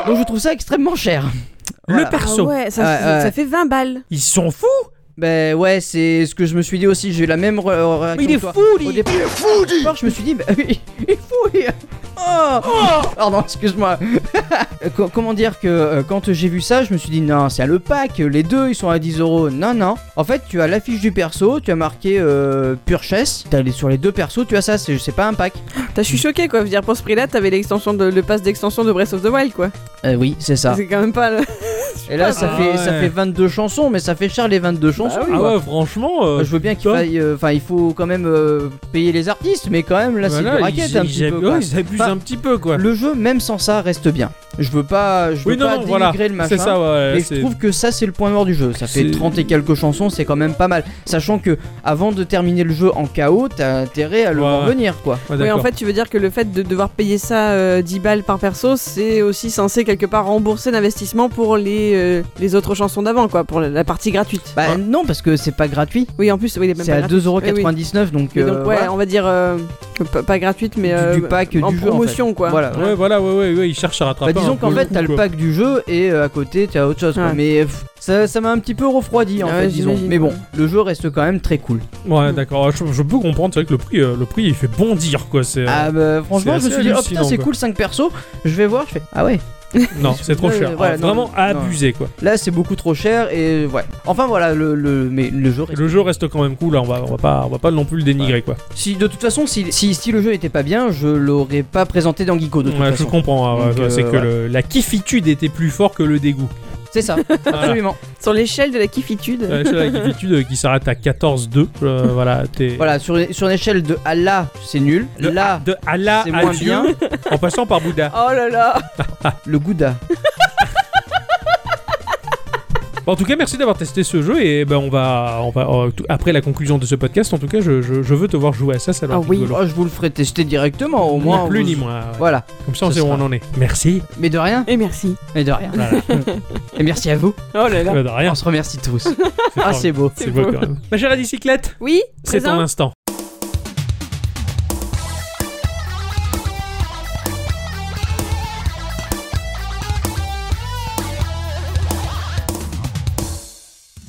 S1: Donc je trouve ça extrêmement cher.
S2: le
S1: voilà.
S3: Ah
S2: perso.
S3: ouais, ça,
S1: Ouais,
S3: ça-
S1: ouais.
S3: ça fait 20 balles.
S2: Ils sont fous
S1: Ben ouais, c'est ce que je me suis dit aussi. J'ai eu la même re- re- réaction
S2: Mais il est
S1: que toi.
S2: fou, lui.
S1: Au départ, D'abord, je me suis dit, bah, il est fou, lui. Oh, Pardon, excuse-moi. Co- Comment dire que euh, quand j'ai vu ça, je me suis dit, non, c'est le pack, les deux ils sont à 10 euros. Non, non. En fait, tu as l'affiche du perso, tu as marqué euh, Purchase. T'as les- sur les deux persos, tu as ça, c'est c'est pas un pack.
S3: T'as, je suis choqué, quoi. Je veux dire, pour ce prix-là, t'avais l'extension de, le pass d'extension de Breath of the Wild, quoi.
S1: Euh, oui, c'est ça.
S3: C'est quand même pas. le-
S1: Et là, ça,
S2: Ah
S1: fait, ça
S2: ouais.
S1: fait 22 chansons, mais ça fait cher les 22 chansons.
S3: oui.
S1: quoi.
S2: Ah ouais, franchement. euh,
S1: Je veux bien qu'il
S2: Tom.
S1: faille. euh, Enfin, il faut quand même euh, payer les artistes, mais quand même, là, c'est
S2: voilà,
S1: du
S2: ils-
S1: racket un
S2: ils-
S1: petit
S2: ils-
S1: peu.
S2: ouais,
S1: quoi.
S2: ils abusent
S1: Enfin,
S2: un petit peu, quoi.
S1: Le jeu, même sans ça, reste bien. Je veux pas, je veux
S2: Oui, non,
S1: pas
S2: non,
S1: dénigrer
S2: voilà.
S1: le machin.
S2: C'est ça, ouais.
S1: mais
S2: c'est-
S1: je trouve que ça c'est le point noir du jeu. Ça fait
S2: C'est-
S1: 30 et quelques chansons, c'est quand même pas mal. Sachant que avant de terminer le jeu en chaos, t'as intérêt à le
S2: Ouais,
S1: voir
S2: ouais.
S1: venir quoi.
S2: Ouais,
S3: Oui,
S2: Ah, d'accord.
S3: en fait, tu veux dire que le fait de devoir payer ça euh, 10 balles par perso, c'est aussi censé quelque part rembourser l'investissement pour les, euh, les autres chansons d'avant, quoi, pour la- la partie gratuite.
S1: Bah non parce que c'est pas gratuit.
S3: Oui, en plus, oui, il est même
S1: C'est
S3: pas
S1: à
S3: gratuit. Oui,
S1: 2,99€ donc,
S3: Mais donc,
S1: euh,
S3: ouais,
S1: voilà.
S3: on va dire euh, pas, pas gratuite, mais
S1: Du-
S3: euh,
S1: du pack
S3: en
S1: du jeu, en
S3: promotion, quoi.
S1: Voilà.
S2: Ouais, voilà, ouais, ouais, ouais, ils cherchent à rattraper.
S1: Bah, disons
S2: un
S1: qu'en
S2: peu
S1: fait
S2: le coup,
S1: t'as le
S2: quoi.
S1: pack du jeu et euh, à côté t'as autre chose. quoi.
S3: Ouais. Ah
S1: Mais pff, ça ça m'a un petit peu refroidi en
S3: Ouais,
S1: fait disons.
S3: j'imagine.
S1: Mais bon, le jeu reste quand même très cool.
S2: Ouais, d'accord. Je, je peux comprendre, c'est vrai que le prix, euh, le prix, il fait bondir, quoi. C'est. euh,
S1: Ah bah franchement je
S2: assez
S1: me suis dit oh putain
S2: hallucinant,
S1: c'est
S2: quoi.
S1: cool 5 persos. Je vais voir, je fais ah ouais.
S2: non, c'est trop
S1: Ouais,
S2: cher.
S1: ouais, voilà,
S2: Ah,
S1: non,
S2: vraiment
S1: non.
S2: abusé, quoi.
S1: Là, c'est beaucoup trop cher et ouais. Enfin voilà, le, le, mais le jeu.
S2: Le jeu reste quand même cool. Là, on va, on va pas, on va pas non plus le dénigrer, quoi.
S1: Si de toute façon, si, si, si le jeu n'était pas bien, je l'aurais pas présenté dans Geeko de toute
S2: Ouais, je
S1: façon.
S2: comprends. ah, ouais,
S1: Donc,
S2: ouais,
S1: euh,
S2: c'est que
S1: voilà.
S2: le- la kiffitude était plus fort que le dégoût.
S1: C'est ça, absolument.
S3: Sur l'échelle de la kiffitude.
S2: Euh, c'est la kiffitude, euh, qui s'arrête à 14-2. euh, voilà, t'es.
S1: Voilà, sur, sur une échelle de à là, c'est nul.
S2: De,
S1: là,
S2: de Allah
S1: c'est
S2: à
S1: moins
S2: Dieu,
S1: bien.
S2: en passant par Bouddha.
S3: Oh là là
S1: Le gouda.
S2: Bon, en tout cas, merci d'avoir testé ce jeu et ben on va, on va euh, tout- après la conclusion de ce podcast, en tout cas, je, je- je veux te voir jouer à ça, ça doit
S3: Ah
S2: être
S3: oui.
S2: rigolo.
S1: Oh, je vous le ferai tester directement, Oh, au moins.
S2: ni plus
S1: vous-
S2: ni moins. ouais.
S1: Voilà,
S2: Comme ça, on
S1: Ce
S2: sait où
S1: sera.
S2: on en est. Merci.
S1: mais de rien,
S3: Et merci.
S1: mais de rien.
S2: Voilà.
S1: Et merci à vous,
S3: Oh là là.
S2: Bah, de rien.
S1: on se remercie tous.
S2: C'est
S1: Ah,
S2: formidable.
S1: c'est beau.
S3: c'est
S2: C'est beau
S3: beau.
S2: quand même. Ma chère à bicyclette,
S3: Oui,
S2: c'est ton
S3: présent.
S2: instant.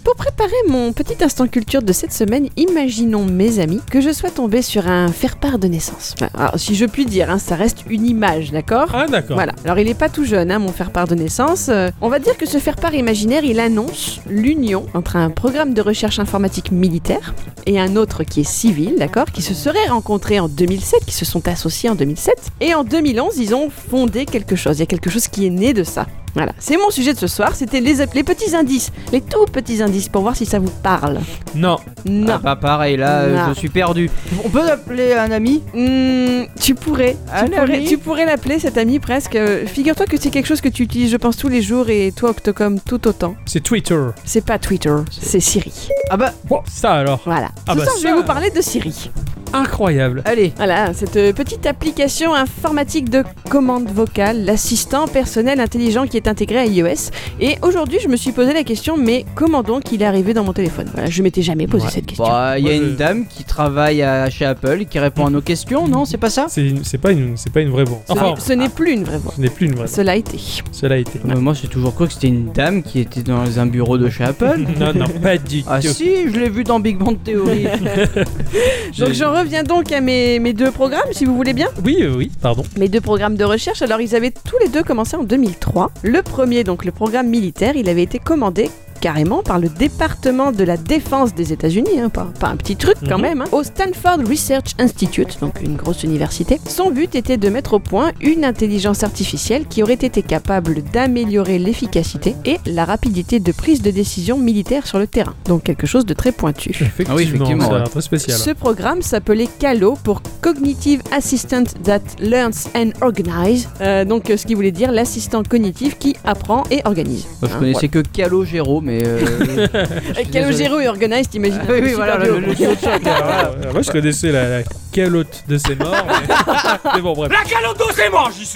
S3: Pour préparer mon petit instant culture de cette semaine, imaginons, mes amis, que je sois tombée sur un faire-part de naissance. Enfin, alors, si je puis dire, hein, ça reste une image, d'accord
S2: Ah, d'accord.
S3: Voilà. Alors il n'est pas tout jeune, hein, mon faire-part de naissance. Euh, on va dire que ce faire-part imaginaire, il annonce l'union entre un programme de recherche informatique militaire et un autre qui est civil, d'accord, qui se seraient rencontrés en 2007, qui se sont associés en 2007. Et en 2011, ils ont fondé quelque chose. Il y a quelque chose qui est né de ça. Voilà, c'est mon sujet de ce soir, c'était les, les petits indices, les tout petits indices pour voir si ça vous parle.
S2: Non.
S1: Ah,
S3: Non,
S1: pas pareil, là, euh,
S3: Non.
S1: je suis perdu. On peut appeler un ami
S3: Hmm, tu pourrais,
S1: Un
S3: tu pourrais,
S1: ami
S3: tu pourrais l'appeler cet ami presque. Euh, Figure-toi que c'est quelque chose que tu utilises, je pense, tous les jours et toi, Octocom, tout autant.
S2: C'est Twitter.
S3: C'est pas Twitter, c'est Siri.
S1: Ah bah,
S2: Bon, ça alors.
S3: Voilà.
S2: Ah
S3: Tout
S2: bah
S3: ça, je vais
S2: ça.
S3: vous parler de Siri.
S2: Incroyable.
S1: allez.
S3: Voilà, cette euh, petite application informatique de commande vocale, l'assistant personnel intelligent qui est intégré à iOS. Et aujourd'hui, je me suis posé la question, mais comment donc il est arrivé dans mon téléphone Voilà, je m'étais jamais posé
S2: Ouais.
S3: cette question.
S1: Bah, il y a
S2: Moi, je-
S1: une dame qui travaille à- chez Apple qui répond à nos questions, non C'est pas ça
S2: C'est une- c'est pas, une- c'est pas une vraie voix.
S3: Ce n'est-
S2: Enfin,
S3: ce n'est plus une vraie voix.
S2: ce n'est plus une vraie voix.
S3: Cela a été.
S2: Cela a été.
S1: Euh, Moi, j'ai toujours cru que c'était une dame qui était dans un bureau de chez Apple.
S2: Non, non, pas du tout.
S1: Ah si, je l'ai vu dans Big Bang Theory.
S3: Donc j'en reviens donc à mes, mes deux programmes, si vous voulez bien.
S2: Oui, euh, oui, pardon.
S3: Mes deux programmes de recherche, alors ils avaient tous les deux commencé en 2003. Le premier, donc le programme militaire, il avait été commandé carrément par le département de la défense des États-Unis, hein, pas, pas un petit truc quand
S2: Mhm.
S3: même, hein, au Stanford Research Institute, donc une grosse université. Son but était de mettre au point une intelligence artificielle qui aurait été capable d'améliorer l'efficacité et la rapidité de prise de décision militaire sur le terrain. Donc quelque chose de très pointu.
S2: Effectivement,
S1: effectivement,
S2: ça a
S1: ouais.
S2: l'air très spécial.
S3: Ce programme s'appelait CALO pour Cognitive Assistant That Learns and Organizes, Euh, donc euh, ce qui voulait dire l'assistant cognitif qui apprend et organise.
S1: Moi, je connaissais que Calogero, mais... euh,
S3: Euh, Calogero et organise, t'imagines
S1: Ah oui, oui,
S3: Super
S1: voilà, le-
S3: duo.
S1: le-
S2: Ah, ouais, ouais, Moi, je connaissais la, la calotte de ses morts. mais- Mais bon, bref.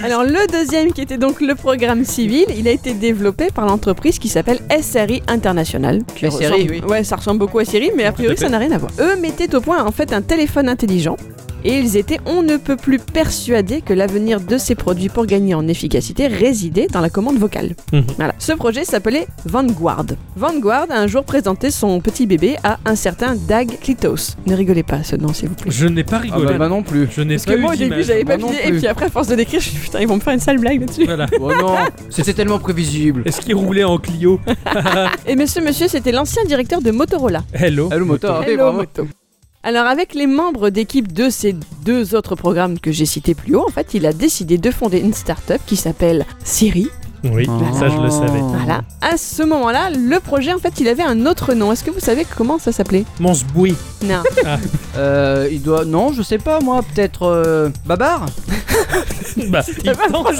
S3: Alors le deuxième qui était donc le programme civil, il a été développé par l'entreprise qui s'appelle SRI International. qui
S1: SRI,
S3: ressemble-
S1: oui.
S3: Ouais, ça ressemble beaucoup à Siri, mais a priori
S2: Tout à
S3: ça n'a rien à voir. Eux mettaient au point en fait un téléphone intelligent. Et ils étaient on ne peut plus persuadés que l'avenir de ces produits pour gagner en efficacité résidait dans la commande vocale.
S2: Mhm.
S3: Voilà. Ce projet s'appelait Vanguard. Vanguard a un jour présenté son petit bébé à un certain Dag Klitos. Ne rigolez pas à ce nom, s'il vous plaît.
S2: Je n'ai pas
S1: ah
S2: rigolé.
S1: bah, bah non plus.
S2: Je n'ai
S3: Parce que
S2: pas eu
S3: moi au début
S2: d'image.
S3: j'avais pas
S1: Moi non
S3: pigé, et
S1: plus.
S3: puis après à force de décrire, je me suis dit putain, ils vont me faire une sale blague là-dessus.
S2: Voilà.
S1: Oh non, c'était tellement prévisible.
S2: Est-ce qu'il roulait en Clio
S3: Et mais ce monsieur, c'était l'ancien directeur de Motorola.
S2: Hello.
S1: Allô, moto.
S3: Hello, Moto. Alors avec les membres d'équipe de ces deux autres programmes que j'ai cités plus haut, en fait, il a décidé de fonder une start-up qui s'appelle Siri.
S2: Oui, ça je le savais.
S3: Voilà. À ce moment-là, le projet, en fait, il avait un autre nom. Est-ce que vous savez comment ça s'appelait
S2: Mon sboui.
S3: Non.
S1: Euh, il doit... Non, je sais pas, moi, peut-être... euh, Babar
S2: Bah, il tente,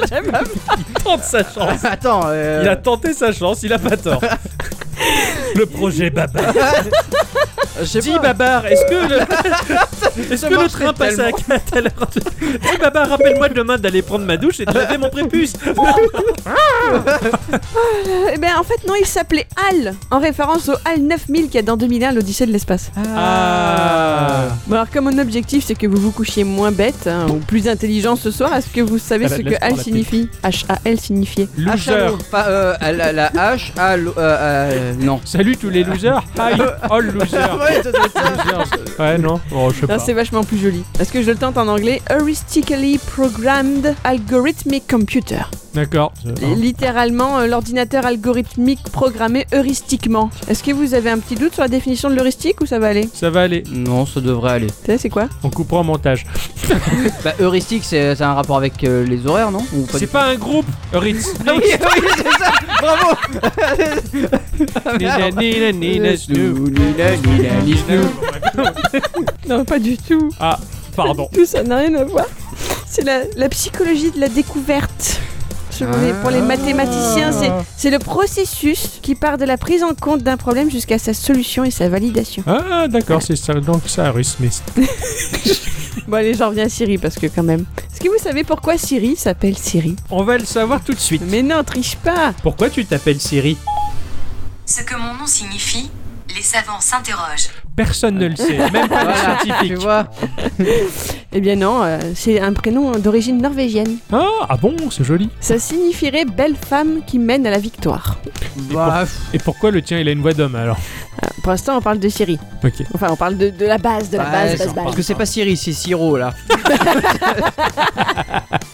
S2: il tente sa chance.
S1: Attends, euh,
S2: Il a tenté sa chance, il a pas tort. Le projet Babar.
S1: je sais
S2: Dis
S1: pas.
S2: Babar, est-ce que le, est-ce
S1: Ça
S2: que le
S1: marcherait
S2: train passe à
S1: tellement.
S2: 4 à l'heure Dis Babar, rappelle-moi demain d'aller prendre ma douche et de laver mon prépuce.
S3: Eh ben, en fait, non, il s'appelait HAL, en référence au HAL 9000 qui a dans 2001 l'Odyssée de l'espace.
S2: Ah.
S3: Bon alors comme mon objectif c'est que vous vous couchiez moins bête hein, ou plus intelligent ce soir, est-ce que vous savez
S2: Ah bah,
S3: ce que
S2: laisse-moi
S3: HAL
S2: la
S3: signifie H-A-L signifiait
S2: Loser.
S1: H, pas euh, à la, la H, à l'o- euh, euh, non.
S2: Salut tous les losers. Hi, all losers.
S1: Ouais, ça doit être ça.
S2: Losers. Ouais, non. Oh, je sais
S3: Non,
S2: pas.
S3: c'est vachement plus joli. Est-ce que je le tente en anglais Heuristically Programmed Algorithmic Computer.
S2: D'accord. Ah.
S3: Oh. Littéralement, euh, l'ordinateur algorithmique programmé heuristiquement. Est-ce que vous avez un petit doute sur la définition de l'heuristique ou ça va aller
S2: Ça va aller.
S1: Non, ça devrait aller.
S3: Tu sais, c'est quoi
S2: On coupera en montage.
S1: Bah, heuristique, c'est c'est un rapport avec euh, les horaires, non Ou pas
S2: C'est
S1: du-
S2: pas un groupe, Ritz.
S1: Ah oui, oui, c'est ça Bravo
S2: Nina, nina, nina, snoo.
S3: Non, pas du tout.
S2: Ah, pardon.
S3: Tout ça n'a rien à voir. C'est la, la psychologie de la découverte. Je- pour les- Pour les mathématiciens, c'est- c'est le processus qui part de la prise en compte d'un problème jusqu'à sa solution et sa validation.
S2: Ah, d'accord, c'est ça. Donc, ça, Harry Smith.
S3: Bon, allez, j'en reviens à Siri parce que, quand même. Est-ce que vous savez pourquoi Siri s'appelle Siri
S2: On va le savoir tout de suite.
S3: Mais non, triche pas
S2: Pourquoi tu t'appelles Siri
S4: Ce que mon nom signifie, les savants s'interrogent.
S2: Personne ne le sait, même pas les
S1: Voilà, tu
S2: scientifiques.
S1: vois
S3: Eh bien, non, euh, c'est un prénom d'origine norvégienne.
S2: Ah, ah bon, c'est joli.
S3: Ça signifierait belle femme qui mène à la victoire.
S1: Bah,
S2: Et pourquoi le tien, il a une voix d'homme alors
S3: Pour l'instant, on parle de Siri.
S2: Ok.
S3: Enfin, on parle de, de la base, de la
S1: bah,
S3: base,
S1: c'est-
S3: base,
S1: Parce
S3: base.
S1: que c'est pas Siri, c'est Siro là.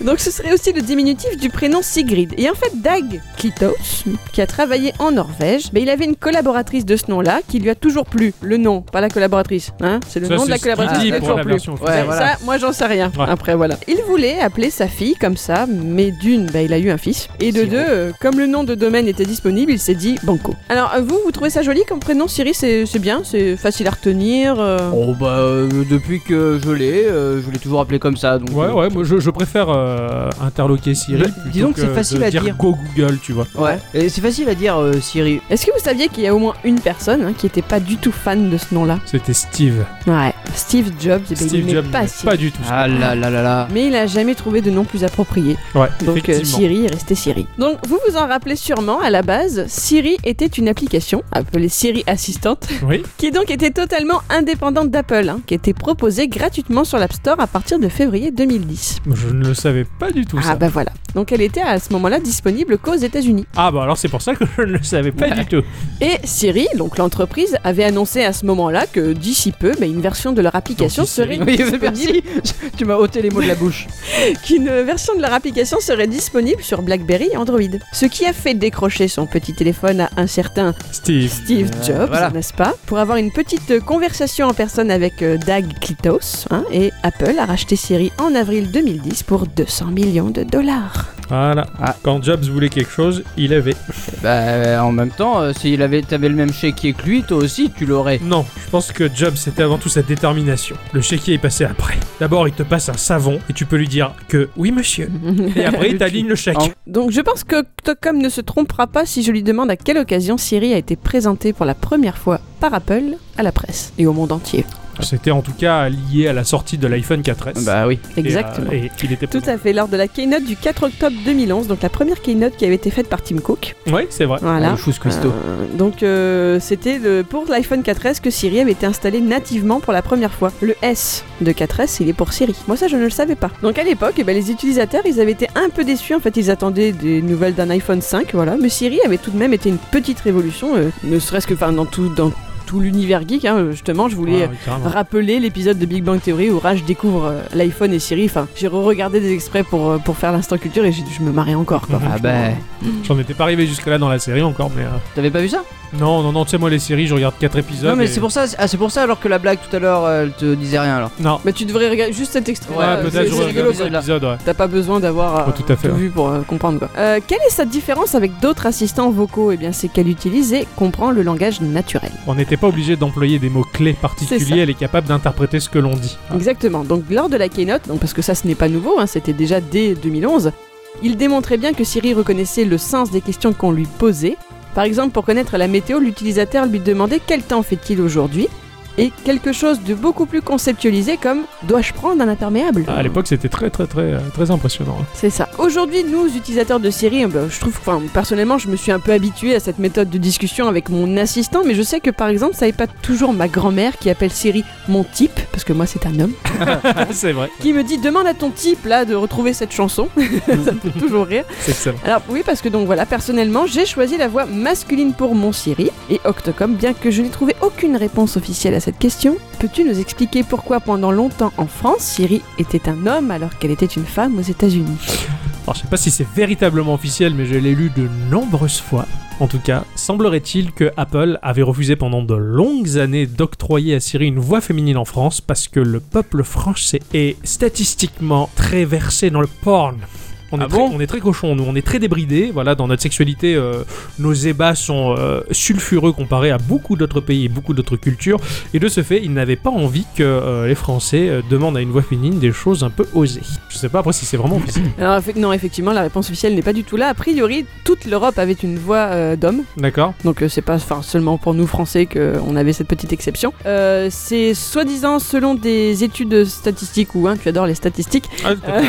S3: Donc, ce serait aussi le diminutif du prénom Sigrid. Et en fait, Dag Klitos, qui a travaillé en Norvège, mais il avait une collaboratrice de ce nom-là qui lui a toujours plu. Le nom, pas la collaboratrice. Hein c'est le
S2: Ça,
S3: nom de
S2: c'est
S3: la
S2: ce qu'il
S3: collaboratrice.
S2: dit
S3: qui lui a
S2: pour la
S3: toujours plu.
S2: version
S1: Ouais,
S3: Ça-
S1: voilà.
S3: Ça, moi, j'en sais rien.
S2: Ouais.
S3: Après, voilà. Il voulait appeler sa fille comme ça, mais d'une, bah, il a eu un fils. Et de
S1: Siro.
S3: deux, euh, comme le nom de domaine était disponible, il s'est dit Banco. Alors, euh, vous, vous trouvez ça joli comme prénom, Siri C'est c'est bien, c'est facile à retenir. euh,
S1: Oh bah, euh, depuis que je l'ai, euh, je l'ai toujours appelé comme ça. Donc,
S2: Ouais,
S1: euh,
S2: ouais, moi je, je préfère euh, interloquer Siri.
S1: Bah,
S2: plutôt
S1: disons que c'est
S2: de
S1: facile à dire.
S2: Go Google, tu vois.
S1: ouais. Et c'est facile à dire euh, Siri.
S3: Est-ce que vous saviez qu'il y a au moins une personne hein, qui n'était pas du tout fan de ce nom-là
S2: C'était Steve.
S3: Ouais, Steve Jobs, eh ben, il
S2: Steve
S3: aimait
S2: Jobs.
S3: pas
S2: mais
S3: Siri.
S2: Pas du tout.
S1: Ah là là là là.
S3: Mais il a jamais trouvé de nom plus approprié.
S2: Ouais,
S3: Donc euh,
S2: effectivement.
S3: Siri est resté Siri. Donc vous vous en rappelez sûrement, à la base, Siri était une application appelée Siri Assistante
S2: Oui.
S3: qui donc était totalement indépendante d'Apple, hein, qui était proposée gratuitement sur l'App Store à partir de février 2010.
S2: Je ne le savais pas du tout
S3: ah
S2: ça.
S3: bah voilà. Donc elle était à ce moment-là disponible qu'aux États-Unis.
S2: Ah bah alors c'est pour ça que je ne le savais pas du tout.
S3: Et Siri, donc l'entreprise, avait annoncé à ce moment-là que d'ici peu, bah, une version de leur application
S2: Donc, Siri.
S3: serait
S1: Oui,
S3: disponible.
S1: merci. Tu m'as ôté les mots de la bouche.
S3: qu'une version de leur application serait disponible sur BlackBerry et Android. Ce qui a fait décrocher son petit téléphone à un certain
S2: Steve.
S3: Steve
S1: Euh,
S3: Jobs,
S1: voilà.
S3: n'est-ce pas Pour avoir une petite conversation en personne avec euh, Dag Klitos. hein, et Apple a racheté Siri en avril 2010 pour 200 millions de dollars.
S2: Voilà.
S1: Ah.
S2: Quand Jobs voulait quelque chose, il avait.
S1: bah, euh, en même temps, euh, s'il avait, t'avais le même chéquier que lui, toi aussi tu l'aurais.
S2: Non, je pense que Jobs c'était avant tout sa détermination. Le chéquier est passé après. D'abord, il te passe un savon et tu peux lui dire que oui monsieur. Et après, il t'aligne le chèque.
S1: En-
S3: Donc je pense que Octocom ne se trompera pas si je lui demande à quelle occasion Siri a été présentée pour la première fois par Apple à la presse et au monde entier.
S2: C'était en tout cas lié à la sortie de l'iPhone 4S.
S1: Bah oui.
S2: Et, euh,
S3: Exactement.
S2: Et, il était
S3: Tout à fait, lors de la keynote du 4 octobre 2011, donc la première keynote qui avait été faite par Tim Cook.
S2: Oui, c'est vrai.
S3: Voilà.
S1: Oh, le chousse cuistot.
S3: Euh, donc euh, c'était le- pour l'iPhone 4S que Siri avait été installé nativement pour la première fois. Le S de 4S, il est pour Siri. Moi ça je ne le savais pas. Donc à l'époque, eh ben, les utilisateurs, ils avaient été un peu déçus. En fait, ils attendaient des nouvelles d'un iPhone 5, voilà. Mais Siri avait tout de même été une petite révolution, euh, ne serait-ce que enfin, dans tout, dans tout l'univers geek. hein. justement, je voulais
S2: Ah, oui, carrément.
S3: rappeler l'épisode de Big Bang Theory où Raj découvre euh, l'iPhone et Siri. Enfin, j'ai re-regardé des extraits pour, euh, pour faire l'instant culture et j'ai- je me marrais encore. Quoi.
S1: Ah bah,
S2: J'en étais pas arrivé jusque-là dans la série encore, mais. euh,
S1: t'avais pas vu ça
S2: Non, non, non, tu sais, moi, les séries, je regarde 4 épisodes.
S1: Non, mais
S2: et-
S1: c'est pour ça. Ah, c'est pour ça alors que la blague tout à l'heure, euh, elle te disait rien alors.
S2: Non.
S3: Mais Bah, tu devrais regarder juste cet euh, extrait.
S2: Ouais,
S1: Ouais,
S2: peut-être,
S1: c'est-
S2: je
S1: c'est
S2: regarde
S1: rigolo,
S2: cet
S1: là.
S2: épisode, ouais.
S3: T'as pas besoin d'avoir euh,
S2: Ouais, Oh, tout à fait, hein. ouais.
S3: vu pour euh, comprendre quoi. Euh, quelle est sa différence avec d'autres assistants vocaux Eh bien, c'est qu'elle utilise et comprend le langage naturel.
S2: On n'était pas obligé d'employer des mots-clés particuliers, elle est capable d'interpréter ce que l'on dit. Ah.
S3: Exactement. Donc lors de la keynote, donc parce que ça ce n'est pas nouveau, hein, c'était déjà dès 2011, il démontrait bien que Siri reconnaissait le sens des questions qu'on lui posait. Par exemple, pour connaître la météo, l'utilisateur lui demandait quel temps fait-il aujourd'hui et quelque chose de beaucoup plus conceptualisé comme dois-je prendre un imperméable
S2: Ah, à l'époque, c'était très, très, très, euh, très impressionnant. hein.
S3: C'est ça. Aujourd'hui, nous, utilisateurs de Siri, euh, bah, je trouve, enfin, personnellement, je me suis un peu habitué à cette méthode de discussion avec mon assistant, mais je sais que par exemple, ça n'est pas toujours ma grand-mère qui appelle Siri mon type, parce que moi, c'est un homme,
S2: c'est vrai,
S3: qui me dit demande à ton type là de retrouver cette chanson. ça me fait toujours rire.
S2: c'est excellent.
S3: Alors oui, parce que donc voilà, personnellement, j'ai choisi la voix masculine pour mon Siri et Octocom, bien que je n'ai trouvé aucune réponse officielle à cette question. Peux-tu nous expliquer pourquoi pendant longtemps en France, Siri était un homme alors qu'elle était une femme aux États-Unis
S2: Alors, je sais pas si c'est véritablement officiel, mais je l'ai lu de nombreuses fois. En tout cas, semblerait-il que Apple avait refusé pendant de longues années d'octroyer à Siri une voix féminine en France parce que le peuple français est statistiquement très versé dans le porn. On,
S1: Ah
S2: est très-
S1: bon
S2: on est très cochon, nous, on est très débridés. Voilà, dans notre sexualité, euh, nos ébats sont euh, sulfureux comparés à beaucoup d'autres pays et beaucoup d'autres cultures. Et de ce fait, ils n'avaient pas envie que euh, les Français euh, demandent à une voix féminine des choses un peu osées. Je sais pas après si c'est vraiment possible.
S3: Alors, effe- non, effectivement, la réponse officielle n'est pas du tout là. A priori, toute l'Europe avait une voix euh, d'homme,
S2: D'accord
S3: donc euh, c'est pas enfin, seulement pour nous Français qu'on avait cette petite exception. Euh, c'est soi-disant, selon des études statistiques, ou hein, tu adores les statistiques,
S2: Ah, tout à fait.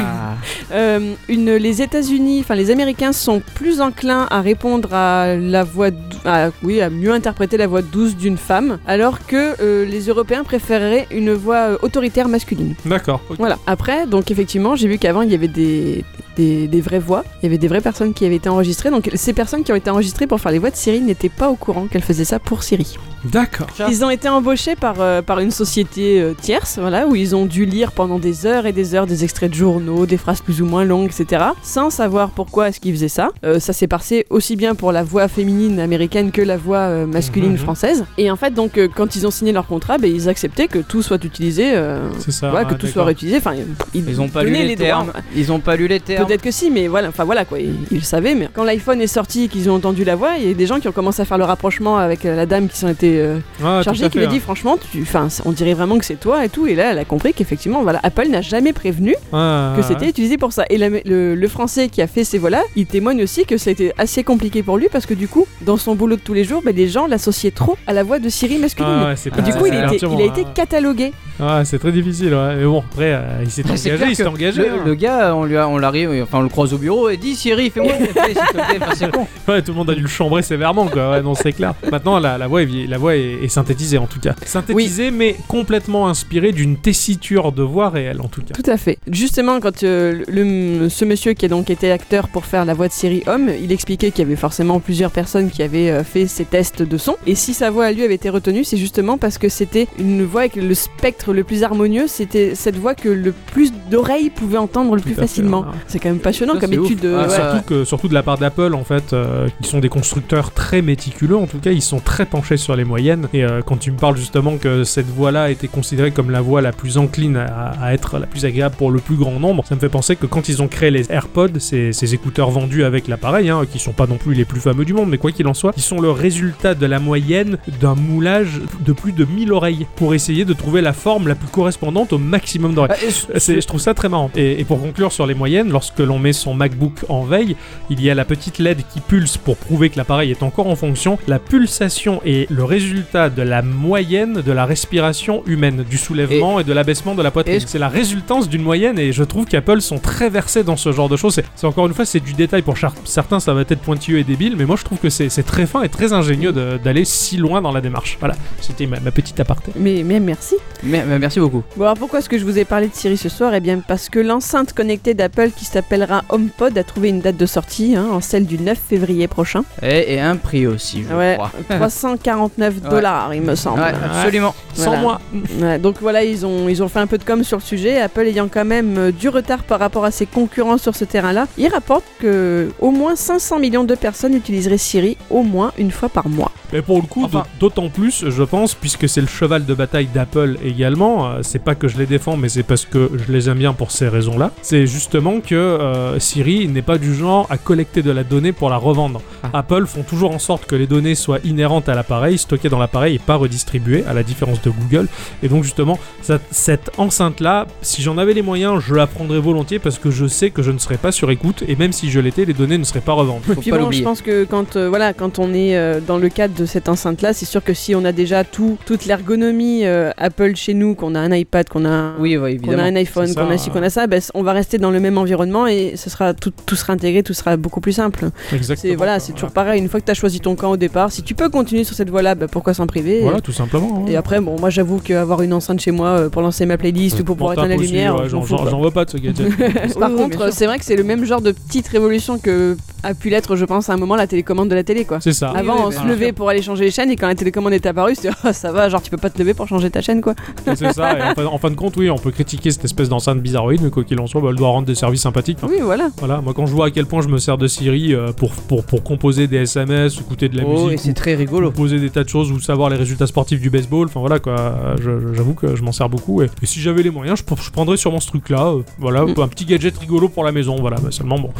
S3: euh, une, les États-Unis, enfin les Américains sont plus enclins à répondre à la voix, dou- à- oui, à mieux interpréter la voix douce d'une femme, alors que euh, les Européens préféreraient une voix euh, autoritaire masculine.
S2: D'accord.
S3: Voilà. Après, donc effectivement, j'ai vu qu'avant il y avait des, des, des vraies voix, il y avait des vraies personnes qui avaient été enregistrées. Donc ces personnes qui ont été enregistrées pour faire les voix de Siri n'étaient pas au courant qu'elles faisaient ça pour Siri.
S2: D'accord.
S3: Ils ont été embauchés par, euh, par une société euh, tierce, voilà, où ils ont dû lire pendant des heures et des heures des extraits de journaux, des phrases plus ou moins longues, etc. Sans savoir pourquoi est-ce qu'ils faisaient ça. Euh, ça s'est passé aussi bien pour la voix féminine américaine que la voix euh, masculine
S2: Mhm.
S3: française. Et en fait, donc euh, quand ils ont signé leur contrat, ben, ils acceptaient que tout soit utilisé. euh,
S2: C'est ça.
S3: voilà, que
S2: ah,
S3: tout soit
S2: d'accord.
S3: réutilisé. Enfin, ils,
S1: Ils ont pas lu
S3: donnaient
S1: les,
S3: droits.
S1: termes. Ils ont pas lu les termes.
S3: Peut-être que si, mais voilà, enfin voilà quoi, ils, ils le savaient. Mais quand l'iPhone est sorti et qu'ils ont entendu la voix, il y a des gens qui ont commencé à faire le rapprochement avec euh, la dame qui s'en était euh,
S2: Ah, tout à
S3: chargée, qui
S2: fait,
S3: lui a dit franchement, tu, enfin, on dirait vraiment que c'est toi et tout. Et là, elle a compris qu'effectivement, voilà, Apple n'a jamais prévenu
S2: Ah,
S3: que c'était utilisé pour ça. Et la- le, le français qui a fait ces voix-là, il témoigne aussi que ça a été assez compliqué pour lui parce que du coup, dans son boulot de tous les jours, ben, les gens l'associaient trop à la voix de Siri masculine.
S2: Ah, ouais, c'est
S3: Et du
S2: pas-
S3: coup, il,
S2: c'est
S3: a été- il a
S2: perturbant,
S3: été
S2: hein.
S3: catalogué.
S2: Ah, c'est très difficile, ouais. Mais bon, après, euh, il s'est
S1: Bah, c'est
S2: engagé,
S1: clair
S2: il s'est
S1: que
S2: engagé.
S1: Le,
S2: hein.
S1: le gars, on lui a- on l'arrive, enfin on le croise au bureau et dit Siri, fais-moi le café, s'il te plaît. Enfin, c'est con.
S2: Ouais, tout le monde a dû le chambrer sévèrement, quoi. Ouais, non, c'est clair. Maintenant, la, la voix, est, vie- la voix est, est synthétisée, en tout cas. Synthétisée, mais complètement inspirée d'une tessiture de voix réelle, en tout cas.
S3: Tout à fait. Justement, quand euh, le, ce monsieur qui a donc été acteur pour faire la voix de série homme, il expliquait qu'il y avait forcément plusieurs personnes qui avaient euh, fait ces tests de son. Et si sa voix à lui avait été retenue, c'est justement parce que c'était une voix avec le spectre le plus harmonieux, c'était cette voix que le plus d'oreilles pouvaient entendre le
S2: Tout
S3: plus
S2: à fait, hein.
S3: facilement.
S2: ouais.
S3: C'est quand même passionnant
S1: hein. Ça,
S3: comme
S1: c'est ouf.
S3: étude. euh,
S1: Ah,
S3: ouais.
S1: ça-
S2: Surtout, que, surtout de la part d'Apple, en fait, euh, qui sont des constructeurs très méticuleux, en tout cas, ils sont très penchés sur les moyennes. Et euh, quand tu me parles justement que cette voie-là était considérée comme la voie la plus encline à, à être la plus agréable pour le plus grand nombre, ça me fait penser que quand ils ont créé les AirPods, ces, ces écouteurs vendus avec l'appareil, hein, qui sont pas non plus les plus fameux du monde, mais quoi qu'il en soit, ils sont le résultat de la moyenne d'un moulage de plus de 1000 oreilles pour essayer de trouver la forme la plus correspondante au maximum d'oreilles.
S1: Ah, et s-
S2: C'est- je trouve ça très marrant. Et, et pour conclure sur les moyennes, lorsque l'on met son MacBook en veille, il y a la petite LED qui pulse pour prouver que l'appareil est encore en fonction. La pulsation est le résultat de la moyenne de la respiration humaine, du soulèvement et, de l'abaissement de la poitrine.
S1: est-ce-
S2: C'est la résultance d'une moyenne et je trouve qu'Apple sont très versés dans ce genre de choses. C'est- C'est encore une fois, c'est du détail pour char- certains, ça va être pointilleux et débile, mais moi je trouve que c'est c'est très fin et très ingénieux de- d'aller si loin dans la démarche. Voilà, c'était ma, ma petite aparté.
S3: Mais, mais merci.
S1: Mais- mais merci beaucoup.
S3: Bon alors pourquoi est-ce que je vous ai parlé de Siri ce soir Eh bien parce que l'enceinte connectée d'Apple qui s'appellera HomePod a trouvé une date de sortie, hein, en celle du 9 février prochain.
S1: Et, et un prix aussi, je
S3: Ouais,
S1: crois.
S3: 349
S1: Ouais.
S3: dollars, il me semble.
S1: Ouais, absolument.
S2: Sans
S3: Voilà.
S2: moi.
S3: Ouais, donc voilà, ils ont, ils ont fait un peu de com sur le sujet. Apple ayant quand même euh, du retard par rapport à ses concurrents sur ce terrain-là, ils rapportent que au moins 500 millions de personnes utiliseraient Siri au moins une fois par mois.
S2: Mais pour le coup,
S1: Enfin-
S2: d'aut- d'autant plus, je pense, puisque c'est le cheval de bataille d'Apple également, euh, c'est pas que je les défends, mais c'est parce que je les aime bien pour ces raisons-là, c'est justement que euh, Siri n'est pas du genre à collecter de la donnée pour la revendre.
S1: Ah.
S2: Apple font toujours en sorte que les données soient inhérentes à l'appareil, stockées dans l'appareil et pas redistribuées, à la différence de Google. Et donc justement, ça- cette enceinte-là, si j'en avais les moyens, je la prendrais volontiers parce que je sais que je ne serais pas sur écoute, et même si je l'étais, les données ne seraient pas revendues.
S1: Faut
S3: Puis
S1: pas
S3: bon, je
S1: l'oublier.
S3: pense que quand euh, voilà, quand on est euh, dans le cadre de cette enceinte-là, c'est sûr que si on a déjà tout, toute l'ergonomie euh, Apple chez nous, qu'on a un iPad, qu'on a un,
S1: Oui, ouais,
S3: qu'on a
S1: évidemment.
S3: un iPhone,
S2: c'est ça,
S3: qu'on a ci,
S2: euh.
S3: qu'on a ça, ben, on va rester dans le même environnement et ce sera tout, tout sera intégré, tout sera beaucoup plus simple.
S2: Exactement.
S3: C'est voilà,
S2: quoi,
S3: c'est toujours pareil. Une fois que tu as choisi ton camp au départ, si tu peux continuer sur cette voie-là, bah, pourquoi s'en priver
S2: Voilà, tout simplement. hein.
S3: Et après, bon, moi j'avoue qu'avoir une enceinte chez moi euh, pour lancer ma playlist ou pour pouvoir
S2: Bon,
S3: éteindre la
S2: tape aussi,
S3: lumière,
S2: ouais,
S3: je
S2: j'en
S3: m'en fous,
S2: j'en-
S3: quoi.
S2: j'en veux pas de ce gadget.
S3: Par
S1: Oui, oui, bien
S3: contre, c'est vrai que c'est le même genre de petite révolution que a pu l'être, je pense, à un moment, la télécommande de la télé, quoi.
S2: C'est ça.
S1: Ah,
S3: Avant,
S1: oui,
S3: on
S1: oui,
S3: se
S1: bien
S3: levait pour aller changer les chaînes, et quand la télécommande est apparue, c'était Ah, ça va, genre tu peux pas te lever pour changer ta chaîne, quoi.
S2: C'est ça. Et en, fin, en fin de compte, oui, on peut critiquer cette espèce d'enceinte bizarroïde, mais quoi qu'il en soit, bah, elle doit rendre des services sympathiques. hein.
S3: Oui, voilà.
S2: Voilà, moi quand je vois à quel point je me sers de Siri euh, pour, pour, pour composer des SMS, écouter de la
S1: Oh, et
S2: musique,
S1: c'est très rigolo.
S2: poser des tas de choses ou savoir les résultats sportifs du baseball, enfin voilà quoi, euh, je- je- j'avoue que je m'en sers beaucoup et, et si j'avais les moyens, je, pr- je prendrais sûrement ce truc là, voilà,
S3: Mm.
S2: un petit gadget rigolo pour la maison, voilà, mais seulement bon,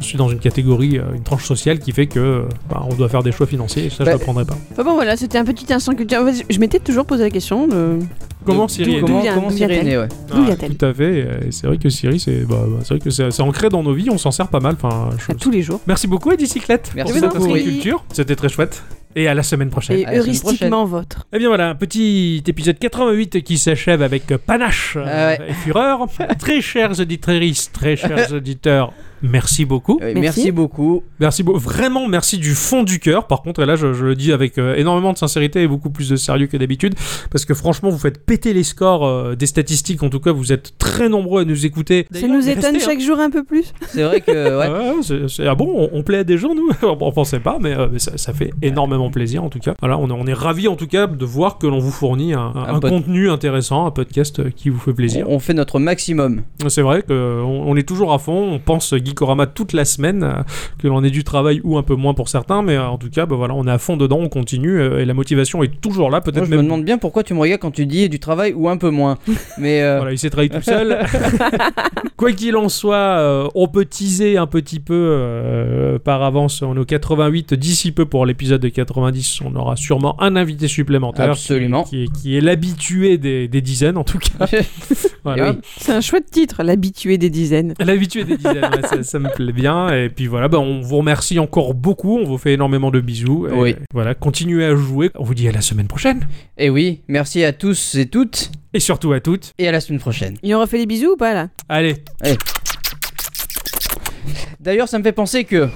S2: je suis dans une catégorie, euh, une tranche sociale qui fait que euh, bah, on doit faire des choix financiers et ça
S1: Bah,
S2: je le prendrais pas.
S3: Enfin bon, voilà, c'était un petit instant culture. En fait, Je m'étais toujours posé la question. euh,
S2: Comment
S1: D'où-
S2: Siri est
S1: Comment,
S3: D'où vient-
S1: comment
S3: d'où
S1: Siri est
S3: vient-elle
S1: née, ouais.
S3: D'où
S2: Ah,
S3: vient-elle
S2: Tout à fait, et- et c'est vrai que Siri c'est bah, bah, c'est vrai que c'est c'est ancré dans nos vies, on s'en sert pas mal, enfin je-
S3: à tous les jours.
S2: Merci beaucoup Edicyclette
S1: Merci
S2: pour cette
S3: beaucoup,
S2: instant
S3: oui.
S2: culture. C'était très chouette. Et à la semaine prochaine.
S3: Et
S1: À la semaine
S3: heuristiquement votre.
S2: Eh bien voilà, un petit épisode 88 qui s'achève avec euh, panache euh,
S1: Ah ouais.
S2: et fureur. très chers auditrices, très chers auditeurs, merci beaucoup.
S1: Euh,
S3: Merci.
S1: merci beaucoup.
S2: Merci beaucoup. Vraiment, merci du fond du cœur. Par contre, et là, je, je le dis avec euh, énormément de sincérité et beaucoup plus de sérieux que d'habitude, parce que franchement, vous faites péter les scores euh, des statistiques. En tout cas, vous êtes très nombreux à nous écouter.
S3: Ça
S2: D'ailleurs,
S3: nous
S2: restez,
S3: étonne
S2: hein.
S3: chaque jour un peu plus.
S1: C'est vrai que ouais.
S2: Ah, ouais, c'est- c'est- ah bon, on, on plaît à des gens, nous On pensait pas, mais, euh, mais ça, ça fait énormément plaisir, en tout cas. Voilà, on, est- on est ravis, en tout cas, de voir que l'on vous fournit un, un-
S1: Un
S2: un
S1: pod-
S2: contenu intéressant, un podcast euh, qui vous fait plaisir.
S1: on fait notre maximum.
S2: C'est vrai qu'on on est toujours à fond, on pense euh, Geekorama toute la semaine, euh, que l'on ait du travail ou un peu moins pour certains, mais euh, en tout cas, bah, voilà, on est à fond dedans, on continue, euh, et la motivation est toujours là,
S1: Moi,
S2: peut-être
S1: je
S2: même...
S1: me demande bien pourquoi tu me regardes quand tu dis du travail ou un peu moins. Mais euh,
S2: Voilà, il s'est trahi tout seul. Quoi qu'il en soit, euh, on peut teaser un petit peu euh, par avance. On est au 88 d'ici peu pour l'épisode de 90. On aura sûrement un invité supplémentaire.
S1: Absolument.
S2: Qui, qui est, qui est l'habitué des, des dizaines, en tout cas. Voilà.
S1: oui.
S3: C'est un chouette titre, l'habitué des dizaines.
S2: L'habitué des dizaines, ouais, ça, ça me plaît bien. Et puis voilà, bah, on vous remercie encore beaucoup. On vous fait énormément de bisous. Et
S1: Oui.
S2: Voilà, continuez à jouer. On vous dit à la semaine prochaine.
S1: Et oui, merci à tous et toutes
S2: Et surtout à toutes.
S1: et à la semaine prochaine.
S3: Et on refait les bisous ou pas là
S2: Allez,
S1: D'ailleurs, ça me fait penser que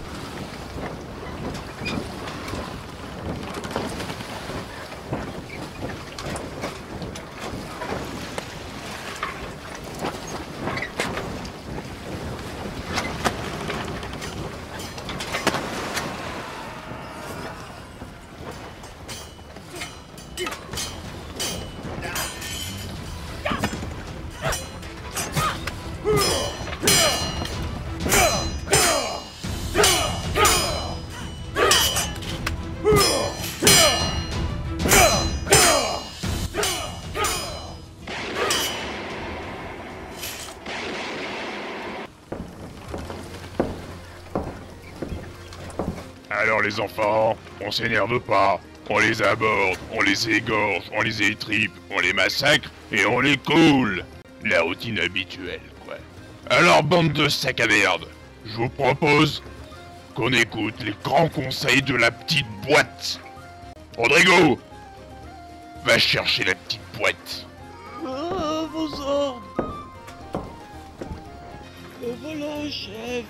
S5: Alors les enfants, on s'énerve pas. On les aborde, on les égorge, on les étripe, on les massacre et on les coule. La routine habituelle, quoi. Alors bande de sacs à merde, je vous propose qu'on écoute les grands conseils de la petite boîte. Rodrigo, va chercher la petite boîte.
S6: Ah, vos ordres Le volant, chef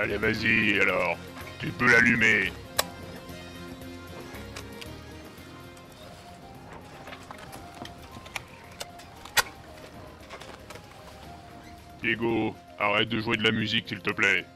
S5: Allez, vas-y alors. Tu peux l'allumer. Diego, arrête de jouer de la musique, s'il te plaît.